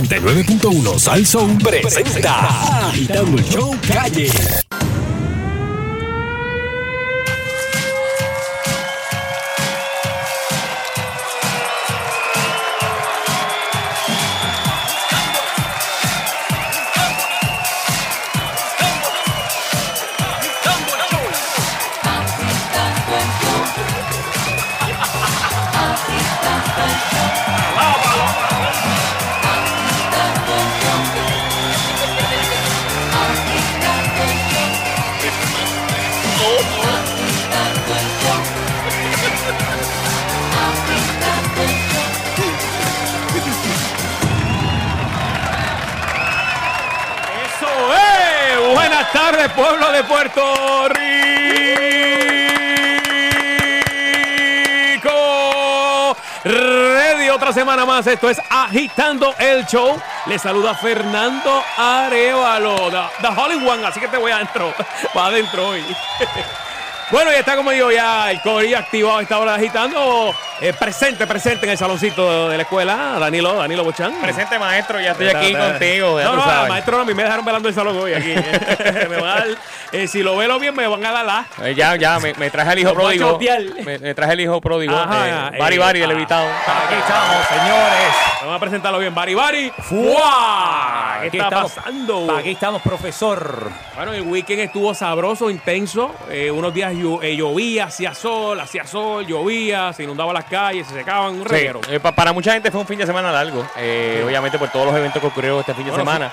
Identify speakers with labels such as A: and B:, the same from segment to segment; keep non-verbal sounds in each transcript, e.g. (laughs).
A: 99.1 Sal Soul presenta Agitando el Show Calle.
B: Eso es. Buenas tardes, pueblo de Puerto Rico. Ready otra semana más. Esto es Agitando el Show. Le saluda Fernando Arevalo, the, the Holy One. Así que te voy adentro. Va adentro hoy. (laughs) Bueno, y está como digo ya el corillo activado a esta hora de agitando. Eh, presente, presente en el saloncito de la escuela. Danilo, Danilo Bochán.
C: Presente, maestro, ya estoy aquí contigo. ya
B: No,
C: tú
B: no,
C: sabes.
B: maestro, no, a mí me dejaron velando el salón hoy aquí. (laughs) me van a dar, eh, si lo velo bien, me van a dar la.
C: Eh, Ya, ya, me, me traje el hijo
B: Nos va a
C: pródigo.
B: chotear.
C: Me, me traje el hijo pródigo.
B: Ajá,
C: eh, Bari
B: eh,
C: Bari, el
B: ah.
C: evitado.
B: Aquí estamos,
C: señores.
B: Vamos a presentarlo bien. Bari Bari. ¡Fua! ¿Qué
D: Aquí
B: está
D: estamos.
B: pasando?
D: Aquí estamos, profesor.
B: Bueno, el weekend estuvo sabroso, intenso. Eh, unos días llo- eh, llovía, hacía sol, hacía sol, llovía, se inundaba las calles, se secaban un reguero.
C: eh, para mucha gente fue un fin de semana largo. eh, Obviamente por todos los eventos que ocurrieron este fin de
B: Bueno,
C: semana.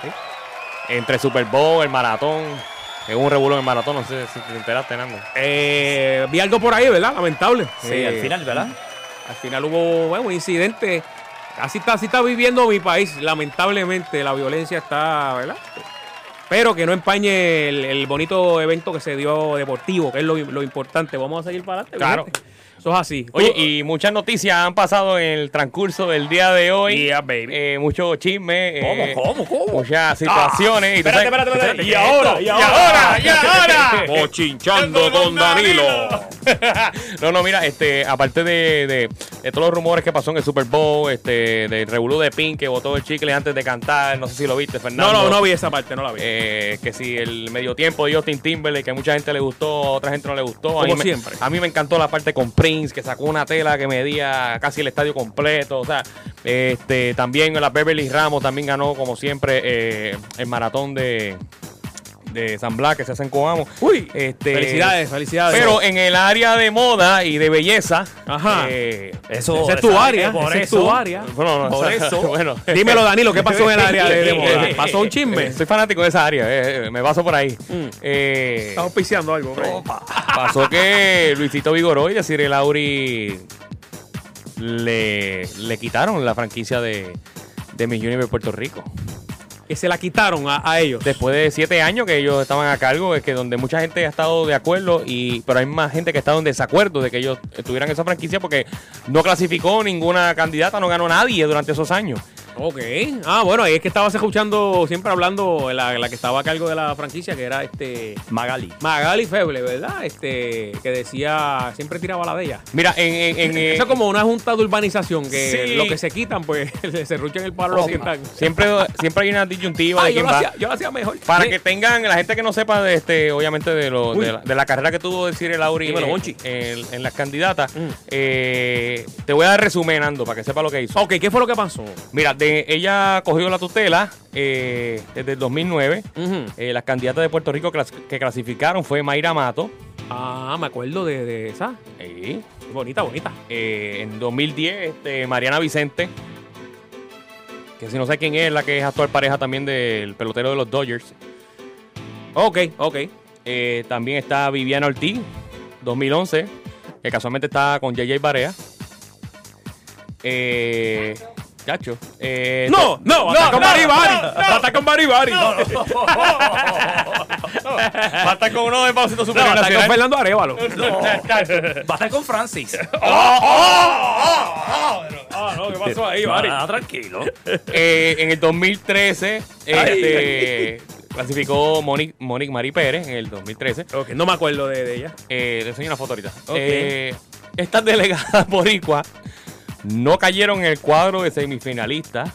C: Entre Super Bowl, el maratón. Es un revuelo en el maratón, no sé si te enteraste, Nando.
B: Eh, vi algo por ahí, ¿verdad? Lamentable.
D: Sí,
B: Eh,
D: al final, ¿verdad?
B: Al final hubo bueno, un incidente. Así está, así está viviendo mi país. Lamentablemente la violencia está, ¿verdad? Pero que no empañe el, el bonito evento que se dio deportivo, que es lo, lo importante. Vamos a seguir para adelante. mi
C: Claro.
B: gente. Eso es así.
C: Oye,
B: Tú-
C: y muchas noticias han pasado en el transcurso del día de hoy.
B: Yeah, baby.
C: Eh, mucho chisme. eh,
D: ¿Cómo? ¿Cómo?
C: Muchas situaciones. y tú
B: Ah, espérate,
C: sabes-
B: espérate, espérate.
C: Y ahora, y ahora, y ahora.
B: (laughs) Bochinchando con Danilo.
C: (laughs) no, no, mira, este, aparte de, de- de todos los rumores que pasó en el Super Bowl, este, del revolú de Pink que botó el chicle antes de cantar, no sé si lo viste,
B: No,
C: Fernando.
B: no, no vi esa parte, no la vi.
C: Eh, que si el medio tiempo de Justin Timberlake, que a mucha gente le gustó, a otra gente no le gustó. a mí
B: Como
C: me-
B: siempre.
C: a mí me encantó la parte con Prince, que sacó una tela que medía casi el estadio completo. O sea, este, también la Beverly Ramos también ganó, como siempre, eh, el maratón de, de San Blas, que se hace en Coamo.
B: Uy,
C: este,
B: felicidades, felicidades.
C: Pero en el área de moda y de belleza,
B: Ajá.
C: eh,
D: Eso,
B: Esa es tu
D: eso-
B: área,
D: Por
B: esa es
D: eso.
B: tu área.
C: bueno, no,
D: Por
C: o sea,
D: eso.
C: (laughs) bueno.
B: Dímelo, Danilo, ¿qué pasó en el área de, de moda? ¿Pasó un chisme?
C: Eh, soy fanático de esa área, eh, eh, me paso por ahí. Eh,
B: Estás auspiciando algo, bro.
C: Pasó que Luisito Vigoró y Desiree Lauri le, le quitaron la franquicia de, de Miss Universe Puerto Rico.
B: Que se la quitaron a, a ellos.
C: Después de siete años que ellos estaban a cargo, es que donde mucha gente ha estado de acuerdo, y pero hay más gente que ha estado en desacuerdo de que ellos tuvieran esa franquicia porque no clasificó ninguna candidata, no ganó nadie durante esos años.
B: Ok. Ah, bueno, ahí es que estabas escuchando, siempre hablando, la, la que estaba a cargo de la franquicia, que era este
D: Magali.
B: Magali Feble, ¿verdad? Este, que decía, siempre tiraba la de ella.
C: Mira, en... en- en- en-
B: Eso es como una junta de urbanización, que
C: Sí. Oh,
B: lo que se quitan, pues, (laughs) le serruchan el palo a los que están. (laughs)
C: siempre, siempre hay una disyuntiva
B: Ah,
C: de
B: yo,
C: quién
B: lo
C: va.
B: hacía, yo lo hacía mejor.
C: Para
B: Sí. (laughs)
C: que tengan, la gente que no sepa, de este, obviamente, de, lo,
B: Uy.
C: de, la, de la carrera que tuvo Desiree Lauri
B: Dímelo,
C: en,
B: Monchi.
C: en- en las candidatas,
B: Mm.
C: eh, te voy a dar resumen, Nando, para que sepa lo que hizo.
B: Ok, ¿qué fue lo que pasó?
C: Mira, de, ella cogió la tutela eh, desde el 2009.
B: Ujú.
C: Eh, las candidatas de Puerto Rico clas- que clasificaron fue Mayra Mato.
B: Ah, me acuerdo de, de esa.
C: eh,
B: Bonita, bonita.
C: eh, en 2010, este, Mariana Vicente. Que si no sé quién es, la que es actual pareja también del pelotero de los Dodgers.
B: Ok, ok.
C: Eh, también está Viviana Ortiz, 2011, que casualmente está con JJ Barea. Eh, Chacho. eh,
B: No, no, bata con Baribari. Bata con Baribari. No,
D: Oh,
C: (laughs) Va a estar con uno de Paucito Super
B: bata con Fernando Arevalo.
D: Va a estar con
C: (laughs)
D: Francis.
C: Oh,
B: Ah, no, ¿qué pasó ahí,
D: Ah, tranquilo.
C: (laughs) Eh, en el 2013 este, clasificó Monique, Monique Marie Pérez, en el 2013.
B: Ok, no me acuerdo de, de ella.
C: Eh, le enseño una foto ahorita.
B: Ok.
C: Eh, (laughs) estas delegadas boricuas no cayeron en el cuadro de semifinalistas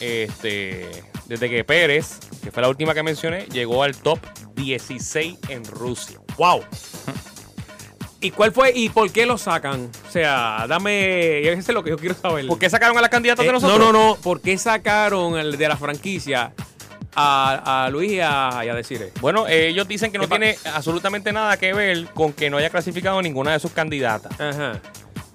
C: este, desde que Pérez, que fue la última que mencioné, llegó al top 16 en Rusia.
B: Wow. ¿Y cuál fue y por qué lo sacan? O sea, dame, ese es lo que yo quiero saber.
C: ¿Por qué sacaron a las candidatas
B: Eh,
C: de nosotros?
B: No, no, no. ¿Por qué sacaron al de la franquicia a, a Luis y a, y a Desiree?
C: Bueno, eh, ellos dicen que no
B: ¿Qué pa-
C: tiene absolutamente nada que ver con que no haya clasificado ninguna de sus candidatas.
B: Ajá.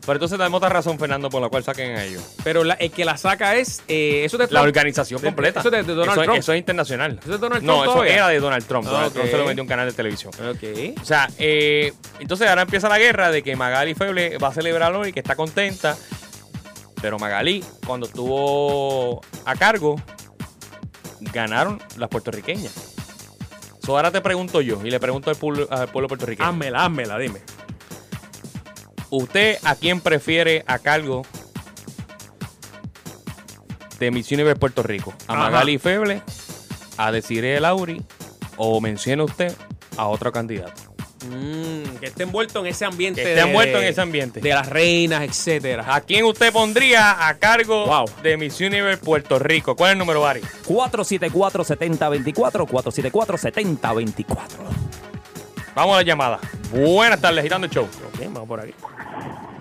C: Pero entonces tenemos otra razón, Fernando, por la cual saquen a ellos.
B: Pero la- el que la saca es. eh, eso de
C: La
B: Trump.
C: organización
B: de-
C: completa.
B: Eso de, de Donald
C: Eso es-
B: Trump.
C: eso es internacional.
B: ¿Eso es Donald
C: no,
B: Trump
C: eso
B: todavía?
C: era de Donald Trump.
B: Ah,
C: Donald Trump se lo
B: ok.
C: vendió a un canal de televisión.
B: Ok.
C: O sea, eh, entonces ahora empieza la guerra de que Magali Feble va a celebrar hoy, que está contenta. Pero Magali, cuando estuvo a cargo, ganaron las puertorriqueñas. So, ahora te pregunto yo y le pregunto al pueblo, al pueblo puertorriqueño.
B: Házmela, házmela, dime.
C: ¿Usted a quién prefiere a cargo de Miss Universe Puerto Rico? ¿A
B: Ajá.
C: Magali Feble? ¿A Desiree Lauri? ¿O menciona usted a otro candidato?
B: Mm, que esté envuelto en ese ambiente.
C: Que esté
B: de-
C: envuelto en ese ambiente.
B: De las reinas, etcétera.
C: ¿A quién usted pondría a cargo
B: Wow.
C: de Miss Universe Puerto Rico? ¿Cuál es el número, Barry?
E: 474-7024, 474-7024.
C: Vamos a la llamada. Buenas tardes, Agitando el Show.
B: vamos por aquí.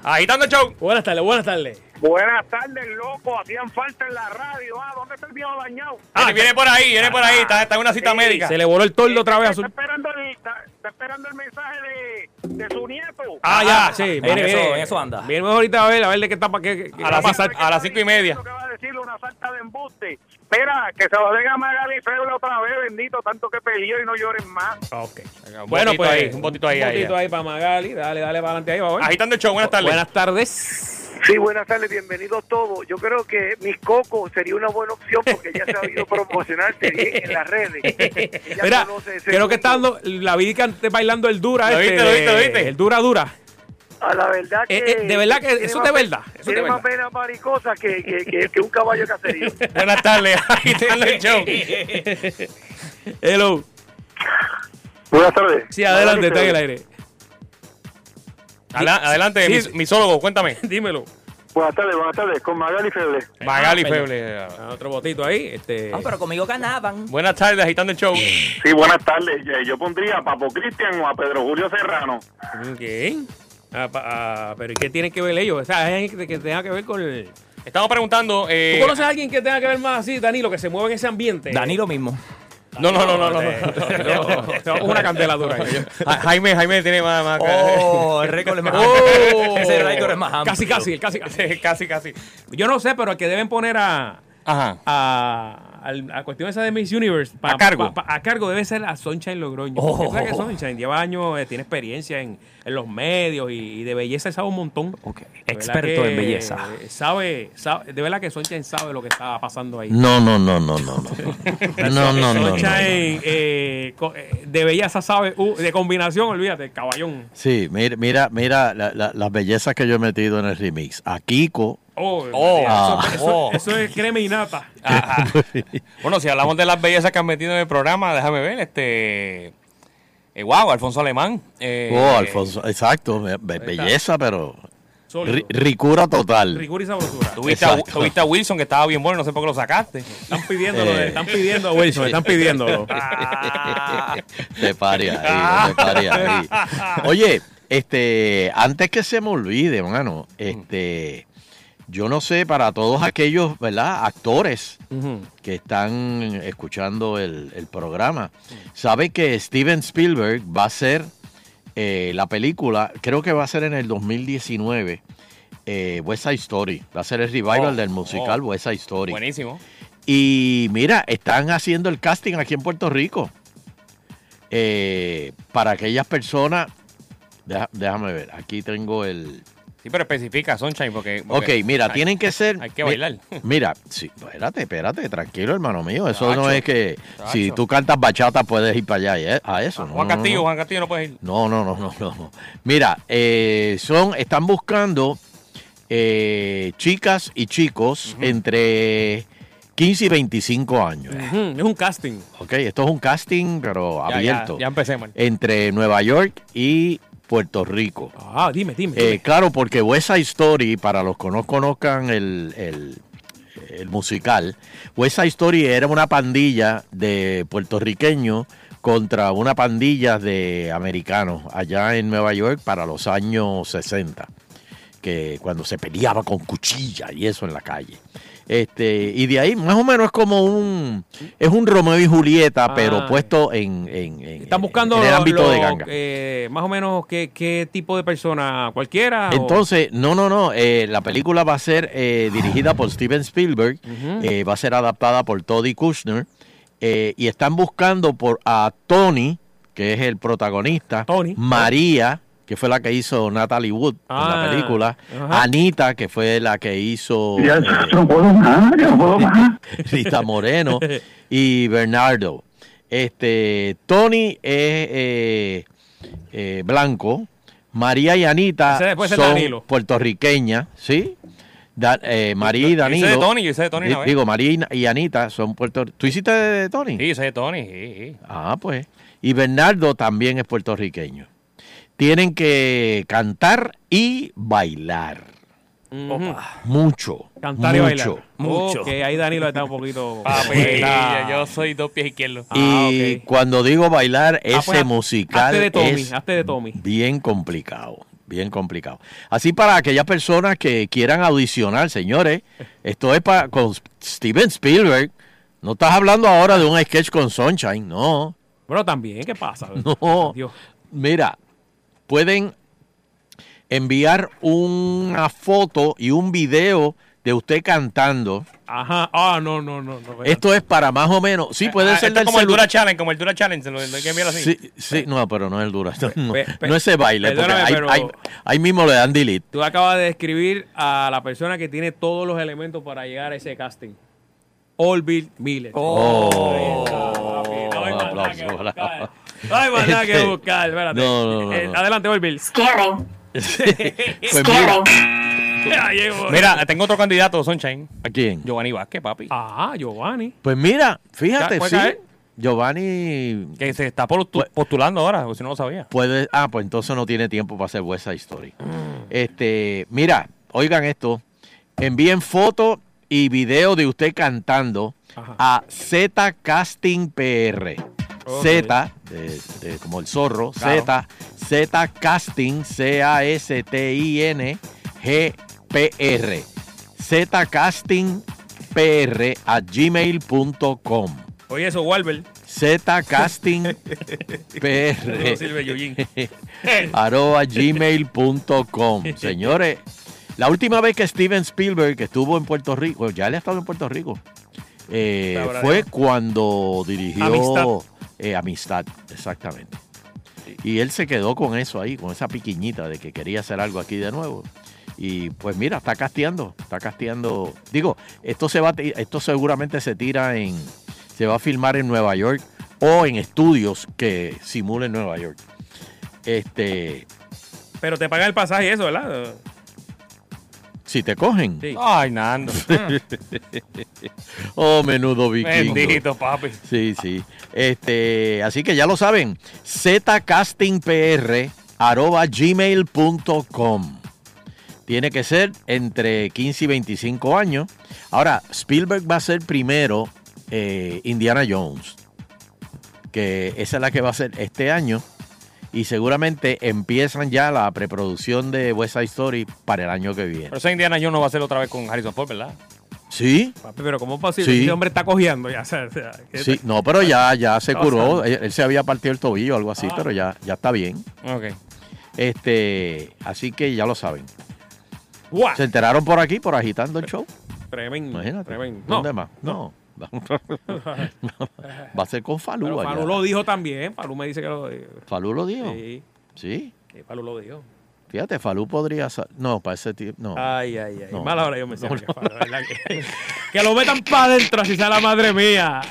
C: Agitando el Show.
B: Buenas tardes, buenas tardes.
F: Buenas tardes, loco. Hacían falta en la radio. Ah, ¿dónde está el viejo dañado?
C: Viene- viene por ahí, viene por ahí. Está, está en una cita
F: Sí,
C: médica.
B: Se le voló el tordo otra vez a su.
F: Está esperando el, está, está esperando el mensaje de, de su nieto.
B: Ah, ya, sí,
E: en
B: viene,
E: eso-
B: viene.
E: en eso anda.
B: Viene ahorita a ver, a ver de qué tapa. Qué, qué-
C: A la
B: qué
C: pasa-
F: ¿Qué
C: a las
F: está
C: cinco y media.
F: diciendo que va a decirle una salta de embuste. Espera, que se lo den a Magali Feble otra vez, bendito, tanto que peleó y no lloren más.
B: Ah, ok.
C: Venga, un
B: Bueno,
C: botito
B: pues.
C: ahí, un botito ahí,
B: Un
C: ahí,
B: botito
C: ahí.
B: ahí para Magali. Dale, dale para adelante ahí, va, bueno.
C: Agitando el Show, buenas tardes.
B: Buenas tardes.
G: Sí, buenas tardes, bienvenidos todos. Yo creo que Miss Coco sería una buena opción porque ella se ha sabido promocionarse bien en las redes. Ella
B: Mira,
G: conoce ese
B: creo que está
G: mundo.
B: dando, la vi cante- bailando el dura.
C: Lo
B: este,
C: viste, lo
B: de-
C: viste, lo viste.
B: El dura, dura.
G: A la verdad que...
B: Eh, eh, de verdad que
G: tiene
B: eso
G: más
B: de
G: pe-
B: verdad, eso
G: Tiene
B: de
G: más pena maricosa que, que, que, que un caballo de caserío.
C: Buenas tardes, Agitando el Show.
B: Hello.
G: buenas tardes.
B: Sí, adelante, está en el aire.
C: Ala- adelante,
B: Sí.
C: mis- misólogo, cuéntame.
B: Dímelo.
G: Buenas tardes, buenas tardes. Con Magali Feble.
C: Magali
B: perdón.
C: Feble.
B: Ah, otro botito ahí. Este.
E: Ah, pero conmigo ganaban.
C: Eh, Buenas tardes, agitando el show.
F: Sí, buenas tardes. Eh, Yo pondría a Papo Cristian o a Pedro Julio Serrano.
B: Ok. Ah, pa- ah, pero ¿y qué tienen que ver ellos? O sea, hay alguien que, que tenga que ver con el...
C: Estamos preguntando. eh,
B: ¿Tú conoces a alguien que tenga que ver más así, Danilo, que se mueve en ese ambiente?
E: Danilo mismo.
C: No, no, no, no, no. no.
B: No, no, una candeladura.
C: Ja- Jaime, Jaime tiene más. más-
E: Oh, el récord
C: (laughs)
E: es más amplio.
B: Oh.
E: Ese récord es más amplio.
B: Casi, casi, casi, casi.
E: (laughs)
C: casi, casi.
B: Yo no sé, pero el que deben poner a...
C: Ajá.
B: a, al- a cuestión esa de Miss Universe pa-
C: A cargo.
B: pa- pa- a cargo debe ser a Sunshine Logroño
E: Oh.
B: porque tú sabes que Sunshine lleva años eh, tiene experiencia en, en los medios y, y de belleza sabe un montón
E: Ok.
B: De verdad
E: Experto
B: que,
E: en belleza.
B: eh, sabe, sabe de verdad que Sunshine sabe lo que está pasando ahí (laughs)
H: No, no, no, no, no, no. No, no, no, no. no.
B: Sunshine eh, co- eh, de belleza sabe uh, de combinación olvídate caballón
H: Sí, mira, mira, mira la- la- las bellezas que yo he metido en el remix. A Kiko.
B: oh,
C: Oh,
B: eso,
H: ah,
B: eso-
C: oh.
B: eso es crema y nata Ah,
C: Ajá. Bueno, si hablamos de las bellezas que han metido en el programa, déjame ver. Este. eh, wow, Alfonso Alemán. eh,
H: (laughs) Oh, Alfonso. Exacto. be- be-
B: está.
H: Belleza, pero.
B: sólido
H: ri- ricura total.
B: rigor y sabrosura
C: Tuviste a,
H: Exacto.
C: tuviste a Wilson que estaba bien bueno, no sé por qué lo sacaste.
B: están pidiéndolo
H: Eh.
B: están pidiendo a Wilson están pidiéndolo
H: Te
C: (laughs)
H: pare ahí, te pare ahí. Oye, este, antes que se me olvide, mano, este, yo no sé para todos aquellos, ¿verdad? Actores que están escuchando el, el programa, saben que Steven Spielberg va a hacer eh, la película, creo que va a ser en el 2019. eh, West Side Story, va a ser el
C: Oh,
H: revival del musical
C: oh.
H: West Side Story.
C: Buenísimo.
H: Y mira, están haciendo el casting aquí en Puerto Rico. Eh, para aquellas personas. deja- déjame ver, aquí tengo el.
C: Sí, pero especifica, Sunshine, porque.
H: Ok,
C: porque
H: mira,
C: hay-
H: tienen que ser.
C: Hay que bailar.
H: mi- Mira, sí, espérate, espérate, tranquilo, hermano mío. Eso
C: Tacho,
H: no es que. Si
C: tacho.
H: tú cantas bachata, puedes ir para allá y- a eso. no,
C: Juan
H: no, no,
C: Castillo,
H: no.
C: Juan Castillo no puede ir.
H: No, no, no, no, no. Mira, eh, son, están buscando eh, chicas y chicos entre 15 y 25 años.
B: Ujú, Es un casting.
H: Ok, esto es un casting, pero
C: Ya,
H: Ah, abierto. Eh,
C: Ya, ya empecemos.
H: Entre Nueva York y Puerto Rico.
B: Ah, dime, dime.
H: pues, Eh, claro, porque West Side Story, para los que no conozcan el, el, el musical, West Side Story era una pandilla de puertorriqueños contra una pandilla de americanos allá en Nueva York para los años 60, que cuando se peleaba con cuchilla y eso en la calle. Este, y de ahí más o menos es como un es un Romeo y Julieta,
B: Ah.
H: pero puesto en, en- en-
B: Están buscando
H: en el
B: lo-
H: ámbito
B: lo-
H: de ganga.
B: eh, más o menos qué, qué tipo de persona, cualquiera. o-
H: Entonces, no, no, no. eh, la película va a ser eh,
B: Ah.
H: dirigida por Steven Spielberg, eh, va a ser adaptada por Toddy Kushner eh, y están buscando por a Tony, que es el protagonista,
B: Tony.
H: María, que fue la que hizo Natalie Wood en
B: Ah,
H: la película,
B: ajá.
H: Anita, que fue la que hizo eh,
F: puedo más, ya no puedo más.
H: (laughs) Rita Moreno y Bernardo. Este Tony es eh, eh, blanco, María y
B: Ese
H: Anita
B: después es
H: son
B: Danilo.
H: puertorriqueñas, ¿sí? Da- eh, María
C: Yo hice
H: y
C: de
H: Danilo.
C: Tony, yo hice de Tony
H: di-
C: una vez.
H: digo, María y Na- y Anita son puertorriqueñas. ¿Tú hiciste de de Tony?
C: Sí, yo hice de Tony, sí, sí.
H: Ah, pues. Y Bernardo también es puertorriqueño. Tienen que cantar y bailar. Mucho.
B: Cantar y bailar.
H: mucho.
B: Mucho. Que ahí Danilo está un
C: (laughs)
B: poquito. Ah, pues,
C: Papi,
B: Está-
C: yo soy dos pies izquierdos.
H: Y
B: Ah, ok.
H: cuando digo bailar,
B: Ah,
H: ese
B: pues, ha-
H: musical
B: hazte de Tommy,
H: es
B: hazte de Tommy.
H: bien complicado, bien complicado. Así para aquellas personas que quieran audicionar, señores, esto es para con Steven Spielberg. No estás hablando ahora de un sketch con Sunshine, no,
B: Bueno, también, ¿qué pasa?
H: (laughs) no.
B: Dios.
H: Mira, pueden enviar una foto y un video de usted cantando.
B: Ajá. Ah, no, no, no. no.
H: Esto es para más o menos.
B: Eh,
H: Sí, puede
C: Ah,
H: ser
C: esto es
H: del
C: como el
H: celu-
C: Dura Challenge, como el Dura Challenge, se lo lo hay que enviar así.
H: Sí, sí, no, pero no es el dura. No,
B: pe- pe-
H: no ese baile, porque
B: perdóname,
H: ahí,
B: pero-
H: ahí- ahí mismo le dan delete.
B: Tú acabas de describir a la persona que tiene todos los elementos para llegar a ese casting. Olville Miller.
C: (laughs)
H: Oh.
B: No hay más nada que
H: Aplauso,
B: buscar. No hay más nada que
H: Este-
B: buscar. Espérate.
H: No, no, no,
B: Eh,
H: no.
B: Adelante, Olville.
H: Pues mira,
B: Ya llegó.
C: Mira, tengo otro candidato, Sunshine.
H: ¿a quién?
C: Giovanni Vázquez, papi.
B: Ah, Giovanni.
H: Pues mira, fíjate,
B: Ya, ¿puede
H: sí.
B: caer?
H: Giovanni
C: Que se está postu-
H: Pues-
C: postulando ahora, porque si no lo sabía.
H: puede. Ah, pues entonces no tiene tiempo para hacer West Side Story.
C: Mm.
H: Este, mira, oigan esto. Envíen foto y video de usted cantando
B: Ajá.
H: a Z Casting PR. Z, de- de- eh, como el zorro, Z, Z Casting, C-A-S-T-I-N, G-P-R. Z Casting PR a gmail.com.
B: Oye, eso, Walbert.
H: Z
B: (laughs)
H: Casting (laughs)
B: No
H: PR
B: sirve, Yujin. (laughs)
H: arroba gmail.com. Señores, la última vez que Steven Spielberg que estuvo en Puerto Rico, bueno, ya le ha estado en Puerto Rico, eh,
B: Sabrá
H: fue cuando dirigió
B: Amistad.
H: eh, Amistad, exactamente. Y él se quedó con eso ahí, con esa piquiñita de que quería hacer algo aquí de nuevo. Y pues mira, está casteando, está casteando. Digo, esto se va a ti- esto seguramente se tira en se va a filmar en Nueva York o en estudios que simulen Nueva York. Este,
B: Pero te pagan el pasaje y eso, ¿verdad?
H: si te cogen.
B: Sí.
C: Ay, Nando.
H: (laughs) Oh, menudo vikingo.
C: Bendito, papi.
H: Sí, sí. Este, así que ya lo saben. zcastingpr arroba gmail.com. Tiene que ser entre 15 y 25 años. Ahora, Spielberg va a ser primero eh, Indiana Jones. Que esa es la que va a ser este año. Y seguramente empiezan ya la preproducción de West Side Story para el año que viene.
C: Pero esa Indiana Jones no va a hacerlo otra vez con Harrison Ford, ¿verdad?
H: ¿Sí?
B: Papi, pero ¿cómo es posible?
H: Sí.
B: Ese hombre está cojeando ya. o sea, o sea, que-
H: Sí, no, pero ya, ya se
B: Estaba
H: curó. Él, él se había partido el tobillo o algo así,
B: Ah.
H: pero ya, ya está bien.
C: Ok.
H: Este, así que ya lo saben.
B: ¡Guau!
H: Se enteraron por aquí, por agitando el show.
B: Tremendo.
H: Imagínate.
B: Tremendo. No,
H: ¿Dónde más? (laughs) No.
B: (laughs)
H: Va a ser con Falú.
B: pero
H: allá.
B: Falú lo dijo también. Falú me dice que lo dijo.
H: Falú lo dijo. Sí.
B: Sí, sí, Falú lo dijo.
H: Fíjate, Falú podría. sa- No, para ese tipo. No.
B: Ay, ay, ay.
H: No.
B: Mala hora yo me sé. que Falú, ¿verdad? Que, que lo metan para adentro, así sea la madre
H: (laughs)
B: mía.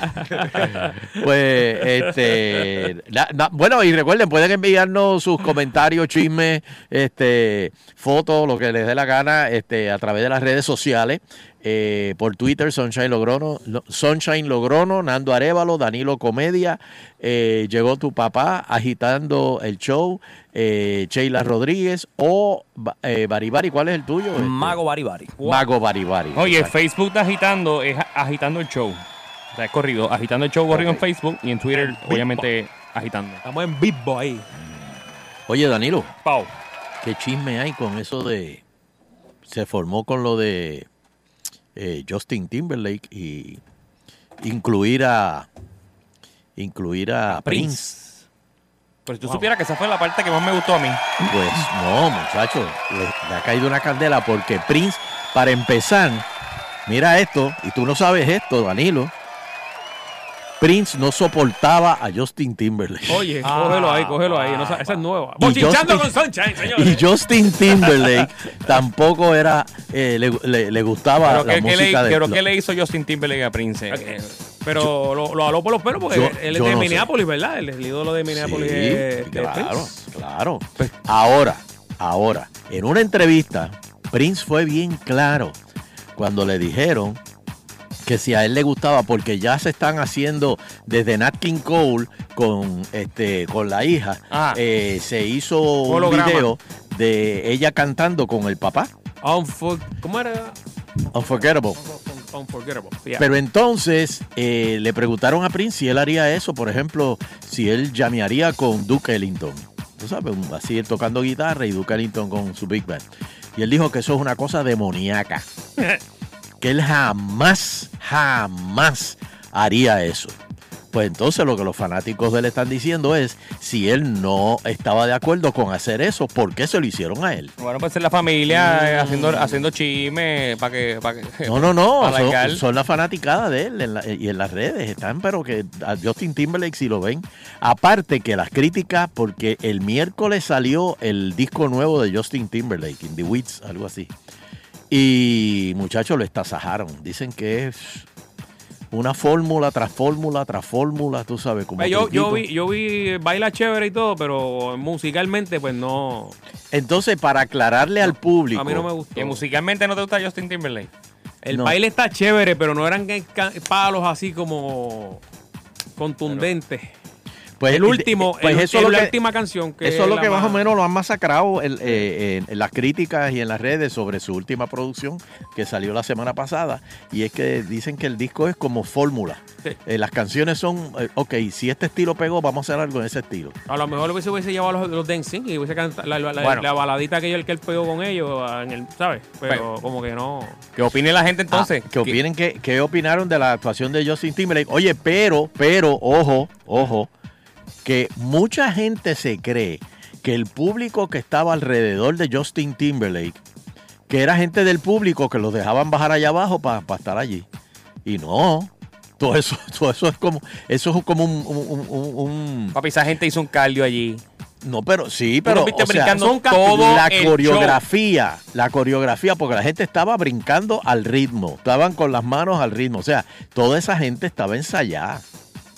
H: Pues, este. na- na- bueno, y recuerden, pueden enviarnos sus comentarios, chismes, este, fotos, lo que les dé la gana, este, a través de las redes sociales. eh, por Twitter, Sunshine Logrono, Lo- Sunshine Logrono, Nando Arevalo, Danilo Comedia, eh, llegó tu papá agitando el show, eh, Sheila Rodríguez o Ba- eh, Baribari, ¿cuál es el tuyo? Este,
E: Mago Baribari.
H: Mago Baribari.
C: Oye, Facebook de agitando es agitando el show. O sea, es corrido. Agitando el show corrido en Facebook y en Twitter, obviamente, agitando.
B: Estamos en vivo ahí.
H: Oye, Danilo,
C: Pau.
H: ¿qué chisme hay con eso de. Se formó con lo de eh, Justin Timberlake y incluir a. Incluir a Prince.
C: Pero si tú supieras Pues que esa fue la parte que más me gustó a mí.
H: Pues no, muchachos, le, le ha caído una candela porque Prince, para empezar, mira esto, y tú no sabes esto, Danilo. Prince no soportaba a Justin Timberlake.
B: Oye, cógelo ahí, cógelo ahí. No sa- esa es nueva.
H: Ah. Y
B: Bochinchando
H: Justin-
B: con Sunshine, señores.
H: Y Justin Timberlake tampoco era, eh, le, le- le gustaba
C: Pero,
H: la
C: ¿qué, qué le,
H: música de
C: pero ¿qué le hizo Justin Timberlake a Prince? Eh,
B: Pero lo, lo aló por los pelos porque
H: Yo-
B: él es
H: yo
B: de
H: no sé.
B: Minneapolis, ¿verdad? El, el ídolo de Minneapolis
H: Sí,
B: es- es
H: claro,
B: Prince.
H: claro.
C: Pues-
H: Ahora, ahora, en una entrevista, Prince fue bien claro cuando le dijeron que si a él le gustaba, porque ya se están haciendo desde Nat King Cole con, este, con la hija,
C: Ah.
H: eh, se hizo
C: Holograma.
H: un video de ella cantando con el papá,
B: Unfor- ¿Cómo era?
H: Unforgettable.
B: Un- Unforgettable. Yeah.
H: Pero entonces eh, le preguntaron a Prince si él haría eso, por ejemplo, si él llamearía con Duke Ellington. Tú sabes, un- así él tocando guitarra y Duke Ellington con su Big Band. Y él dijo que eso es una cosa demoníaca. que él jamás, jamás haría eso. Pues entonces lo que los fanáticos de él están diciendo es si él no estaba de acuerdo con hacer eso, ¿por qué se lo hicieron a él?
C: Bueno, pues es la familia eh, haciendo, haciendo chisme para que, pa' que-
H: No, no,
C: (laughs)
H: no.
C: Para
H: Son,
C: largar.
H: son la fanaticada de él en la- y en las redes están, pero que a Justin Timberlake si lo ven. Aparte que las críticas, porque el miércoles salió el disco nuevo de Justin Timberlake, In the Weeds, algo así. Y muchachos lo estasajaron. Dicen que es una fórmula tras fórmula tras fórmula, tú sabes. Como
B: Ve, Pues yo, yo
H: truquito.
B: vi, yo vi baila chévere y todo, pero musicalmente, pues no.
H: Entonces, para aclararle al público.
B: A mí no me gustó.
C: que musicalmente no te gusta Justin Timberlake.
B: El
H: No.
B: baile está chévere, pero no eran que ca- palos así como contundentes.
H: Pues,
B: el último,
H: pues
B: el-
H: eso
B: el-
H: lo
B: la
H: que-
B: última canción que
H: Eso es lo
B: la
H: que más o
B: más-
H: menos lo han masacrado el- eh, en, en las críticas y en las redes sobre su última producción que salió la semana pasada. Y es que dicen que el disco es como fórmula.
B: Sí.
H: Eh, las canciones son, eh, ok, si este estilo pegó, vamos a hacer algo en ese estilo.
B: A lo mejor hubiese, hubiese llevado los, los dancing y hubiese cantado la, la- la-
C: Bueno.
B: la baladita que, el que él pegó con ellos, en el, ¿sabes? Pero
C: Pero-
B: como que no.
C: ¿Qué opine la gente entonces?
H: Ah, ¿Qué opinen? ¿Qué, qué opinaron de la actuación de Justin Timberlake? Oye, pero, pero, ojo, ojo, que mucha gente se cree que el público que estaba alrededor de Justin Timberlake, que era gente del público que los dejaban bajar allá abajo para estar allí. Y no. Todo eso, (laughs) todo eso es como, eso es como un, un- un- un- un-
C: Papi, esa gente hizo un cardio allí.
H: no, pero sí,
C: Tú
H: pero
C: los viste
H: o sea,
C: brincando
H: son-
C: todo
H: la
C: el
H: coreografía, la coreografía, porque la gente estaba brincando al ritmo, estaban con las manos al ritmo, o sea, toda esa gente estaba ensayada.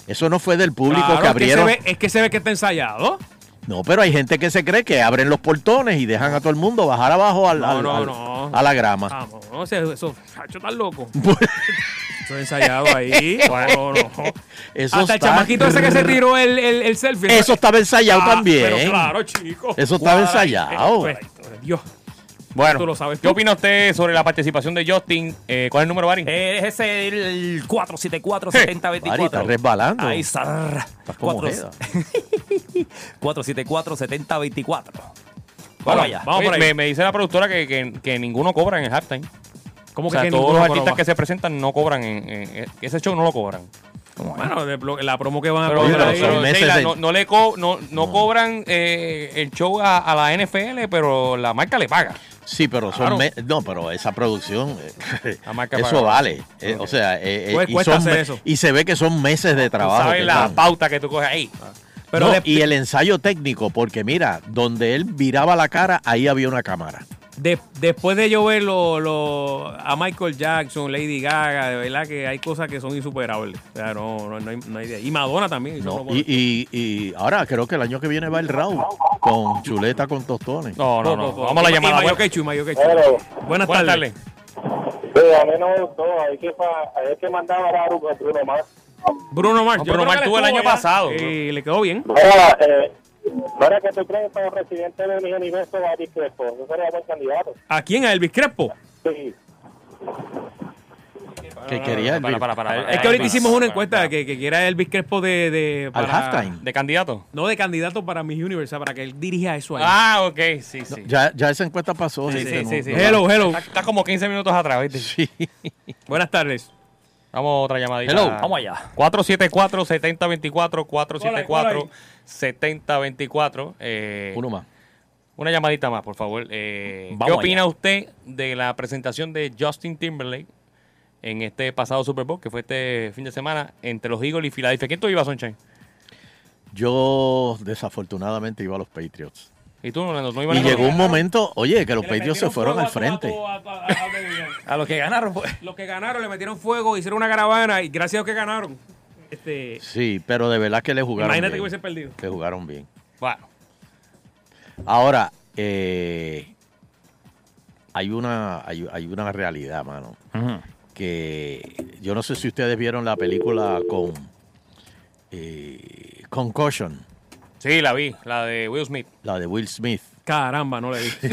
H: Eso no fue del público
B: Claro,
H: que abrieron.
B: Es que, se ve, es que se ve que está ensayado.
H: No, pero hay gente que se cree que abren los portones y dejan a todo el mundo bajar abajo al-
B: No,
H: al-
B: no,
H: al-
B: no.
H: a la grama.
B: Vamos, no sé, eso, chacho, tan
H: (laughs)
B: loco. Eso es ensayado ahí. No, no.
H: Eso
B: Hasta el
H: está-
B: chamaquito ese que se tiró el, el, el selfie.
H: Eso estaba ensayado
B: Ah,
H: también.
B: Pero claro, chico.
H: Eso estaba
B: Cuadra-
H: ensayado.
B: Eh, pues, Dios.
C: Bueno,
B: Tú lo sabes
C: ¿qué
B: tú.
C: opina usted sobre la participación de Justin? Eh, ¿Cuál es el número, Barry?
E: Eh, Es el
H: Ari, está
E: 474-7024.
H: resbalando.
E: Ahí está.
H: como
E: Cuatro-
H: Jeda.
E: 474-7024.
C: Bueno,
E: Vamos allá.
B: vamos
C: oye,
B: por ahí.
C: Me, me dice la productora que, que- que ninguno cobra en el halftime.
B: ¿Cómo
C: O sea,
B: que
C: todos
B: ninguno
C: los
B: cobra?
C: artistas que se presentan no cobran en, en- en- ese show no lo cobran.
B: Bueno, de plo- la promo que van a
C: Pero,
H: Oye,
B: cobrar
C: pero-
B: ahí.
H: son
C: pero,
H: meses
C: Sheila,
H: de-
C: no, no le co- no, no cobran eh, el show a, a la NFL, pero la marca le paga.
H: Sí, pero
C: Claro.
H: son me- no, pero esa producción eh,
C: La marca
H: eso
C: paga.
H: vale, Eh, o sea, eh, eh,
B: Pues
H: y,
B: cuesta
H: son
B: hacer
H: me-
B: eso.
H: y se ve que son meses de
C: Tú
H: trabajo. que
C: sabes la
H: dan.
C: pauta que tú coges ahí.
B: Pero
H: No,
B: de-
H: y el ensayo técnico, porque mira, donde él viraba la cara, ahí había una cámara.
B: de- después de yo ver lo- lo- a Michael Jackson, Lady Gaga, de verdad que hay cosas que son insuperables. O sea, no, no, no hay, no hay idea. Y Madonna también. hizo
C: Oh,
H: No,
B: promo.
H: y, y- y ahora creo que el año que viene va el round con chuleta con tostones.
C: No, no,
B: Po-
C: no.
B: po-
C: Vamos a
B: y-
C: la
B: y
C: llamada.
B: Mayo
C: Buenas,
B: Quechu, y Mayo Quechu.
F: Pero,
C: buenas
B: Buenas
C: tardes.
B: tardes.
F: sí, Pues, a mí no me gustó. Hay que, pa- hay que mandar a Baru con Bruno Mars.
B: Bruno Mars. yo
C: Bruno
B: creo
C: Mars
B: que
C: tuvo el
B: estuvo
C: año pasado.
B: Y Eh, le quedó bien.
F: Mira, eh, mira que tú crees que el presidente de mi universo va a discrepo. Yo sería buen candidato.
B: ¿A quién? ¿A Elvis Crespo?
F: Sí.
H: que quería
C: para,
H: Elvis.
C: para, para, para.
B: Es que ahorita
C: Eh, Elvis.
B: hicimos una encuesta que, que quiera Elvis Crespo de. de
H: Al
B: para-
H: halftime.
C: ¿De candidato?
B: No de candidato para Miss Universe, o sea, para que él dirija eso ahí.
C: Ah, ok, sí, sí.
H: Ya, ya esa encuesta pasó.
C: Sí,
H: así
C: sí, sí,
H: que no-
C: sí.
H: no-
B: Hello, hello.
C: Está, está como 15 minutos atrás, ¿viste?
H: Sí.
B: Buenas tardes.
C: Vamos a otra llamadita.
H: Hello.
E: Vamos allá.
C: 474-7024,
B: Hola,
C: 474-7024. Eh,
H: Uno más.
C: una llamadita más, por favor. Eh, ¿Qué
E: Vamos
C: opina usted de la presentación de Justin Timberlake en este pasado Super Bowl, que fue este fin de semana, entre los Eagles y Philadelphia? ¿Quién tú ibas, Sunshine?
H: Yo desafortunadamente iba a los Patriots.
C: ¿Y tú, Orlando? ¿No ibas
H: Y
C: a
H: llegó un momento, oye, que los Patriots se fueron al frente.
E: A los que ganaron, pues.
B: Los que ganaron le metieron fuego, hicieron una caravana y gracias a los que ganaron. Este,
H: Sí, pero de verdad que le jugaron
B: imagínate que
H: bien.
B: hubiese perdido.
H: Le jugaron bien.
C: Bueno,
H: Ahora, eh, hay, una, hay, hay una realidad, mano. Que yo no sé si ustedes vieron la película con eh, Concussion,
C: sí, la vi, la de Will Smith.
H: la de Will Smith.
B: Caramba, no
C: (laughs)
B: le he visto.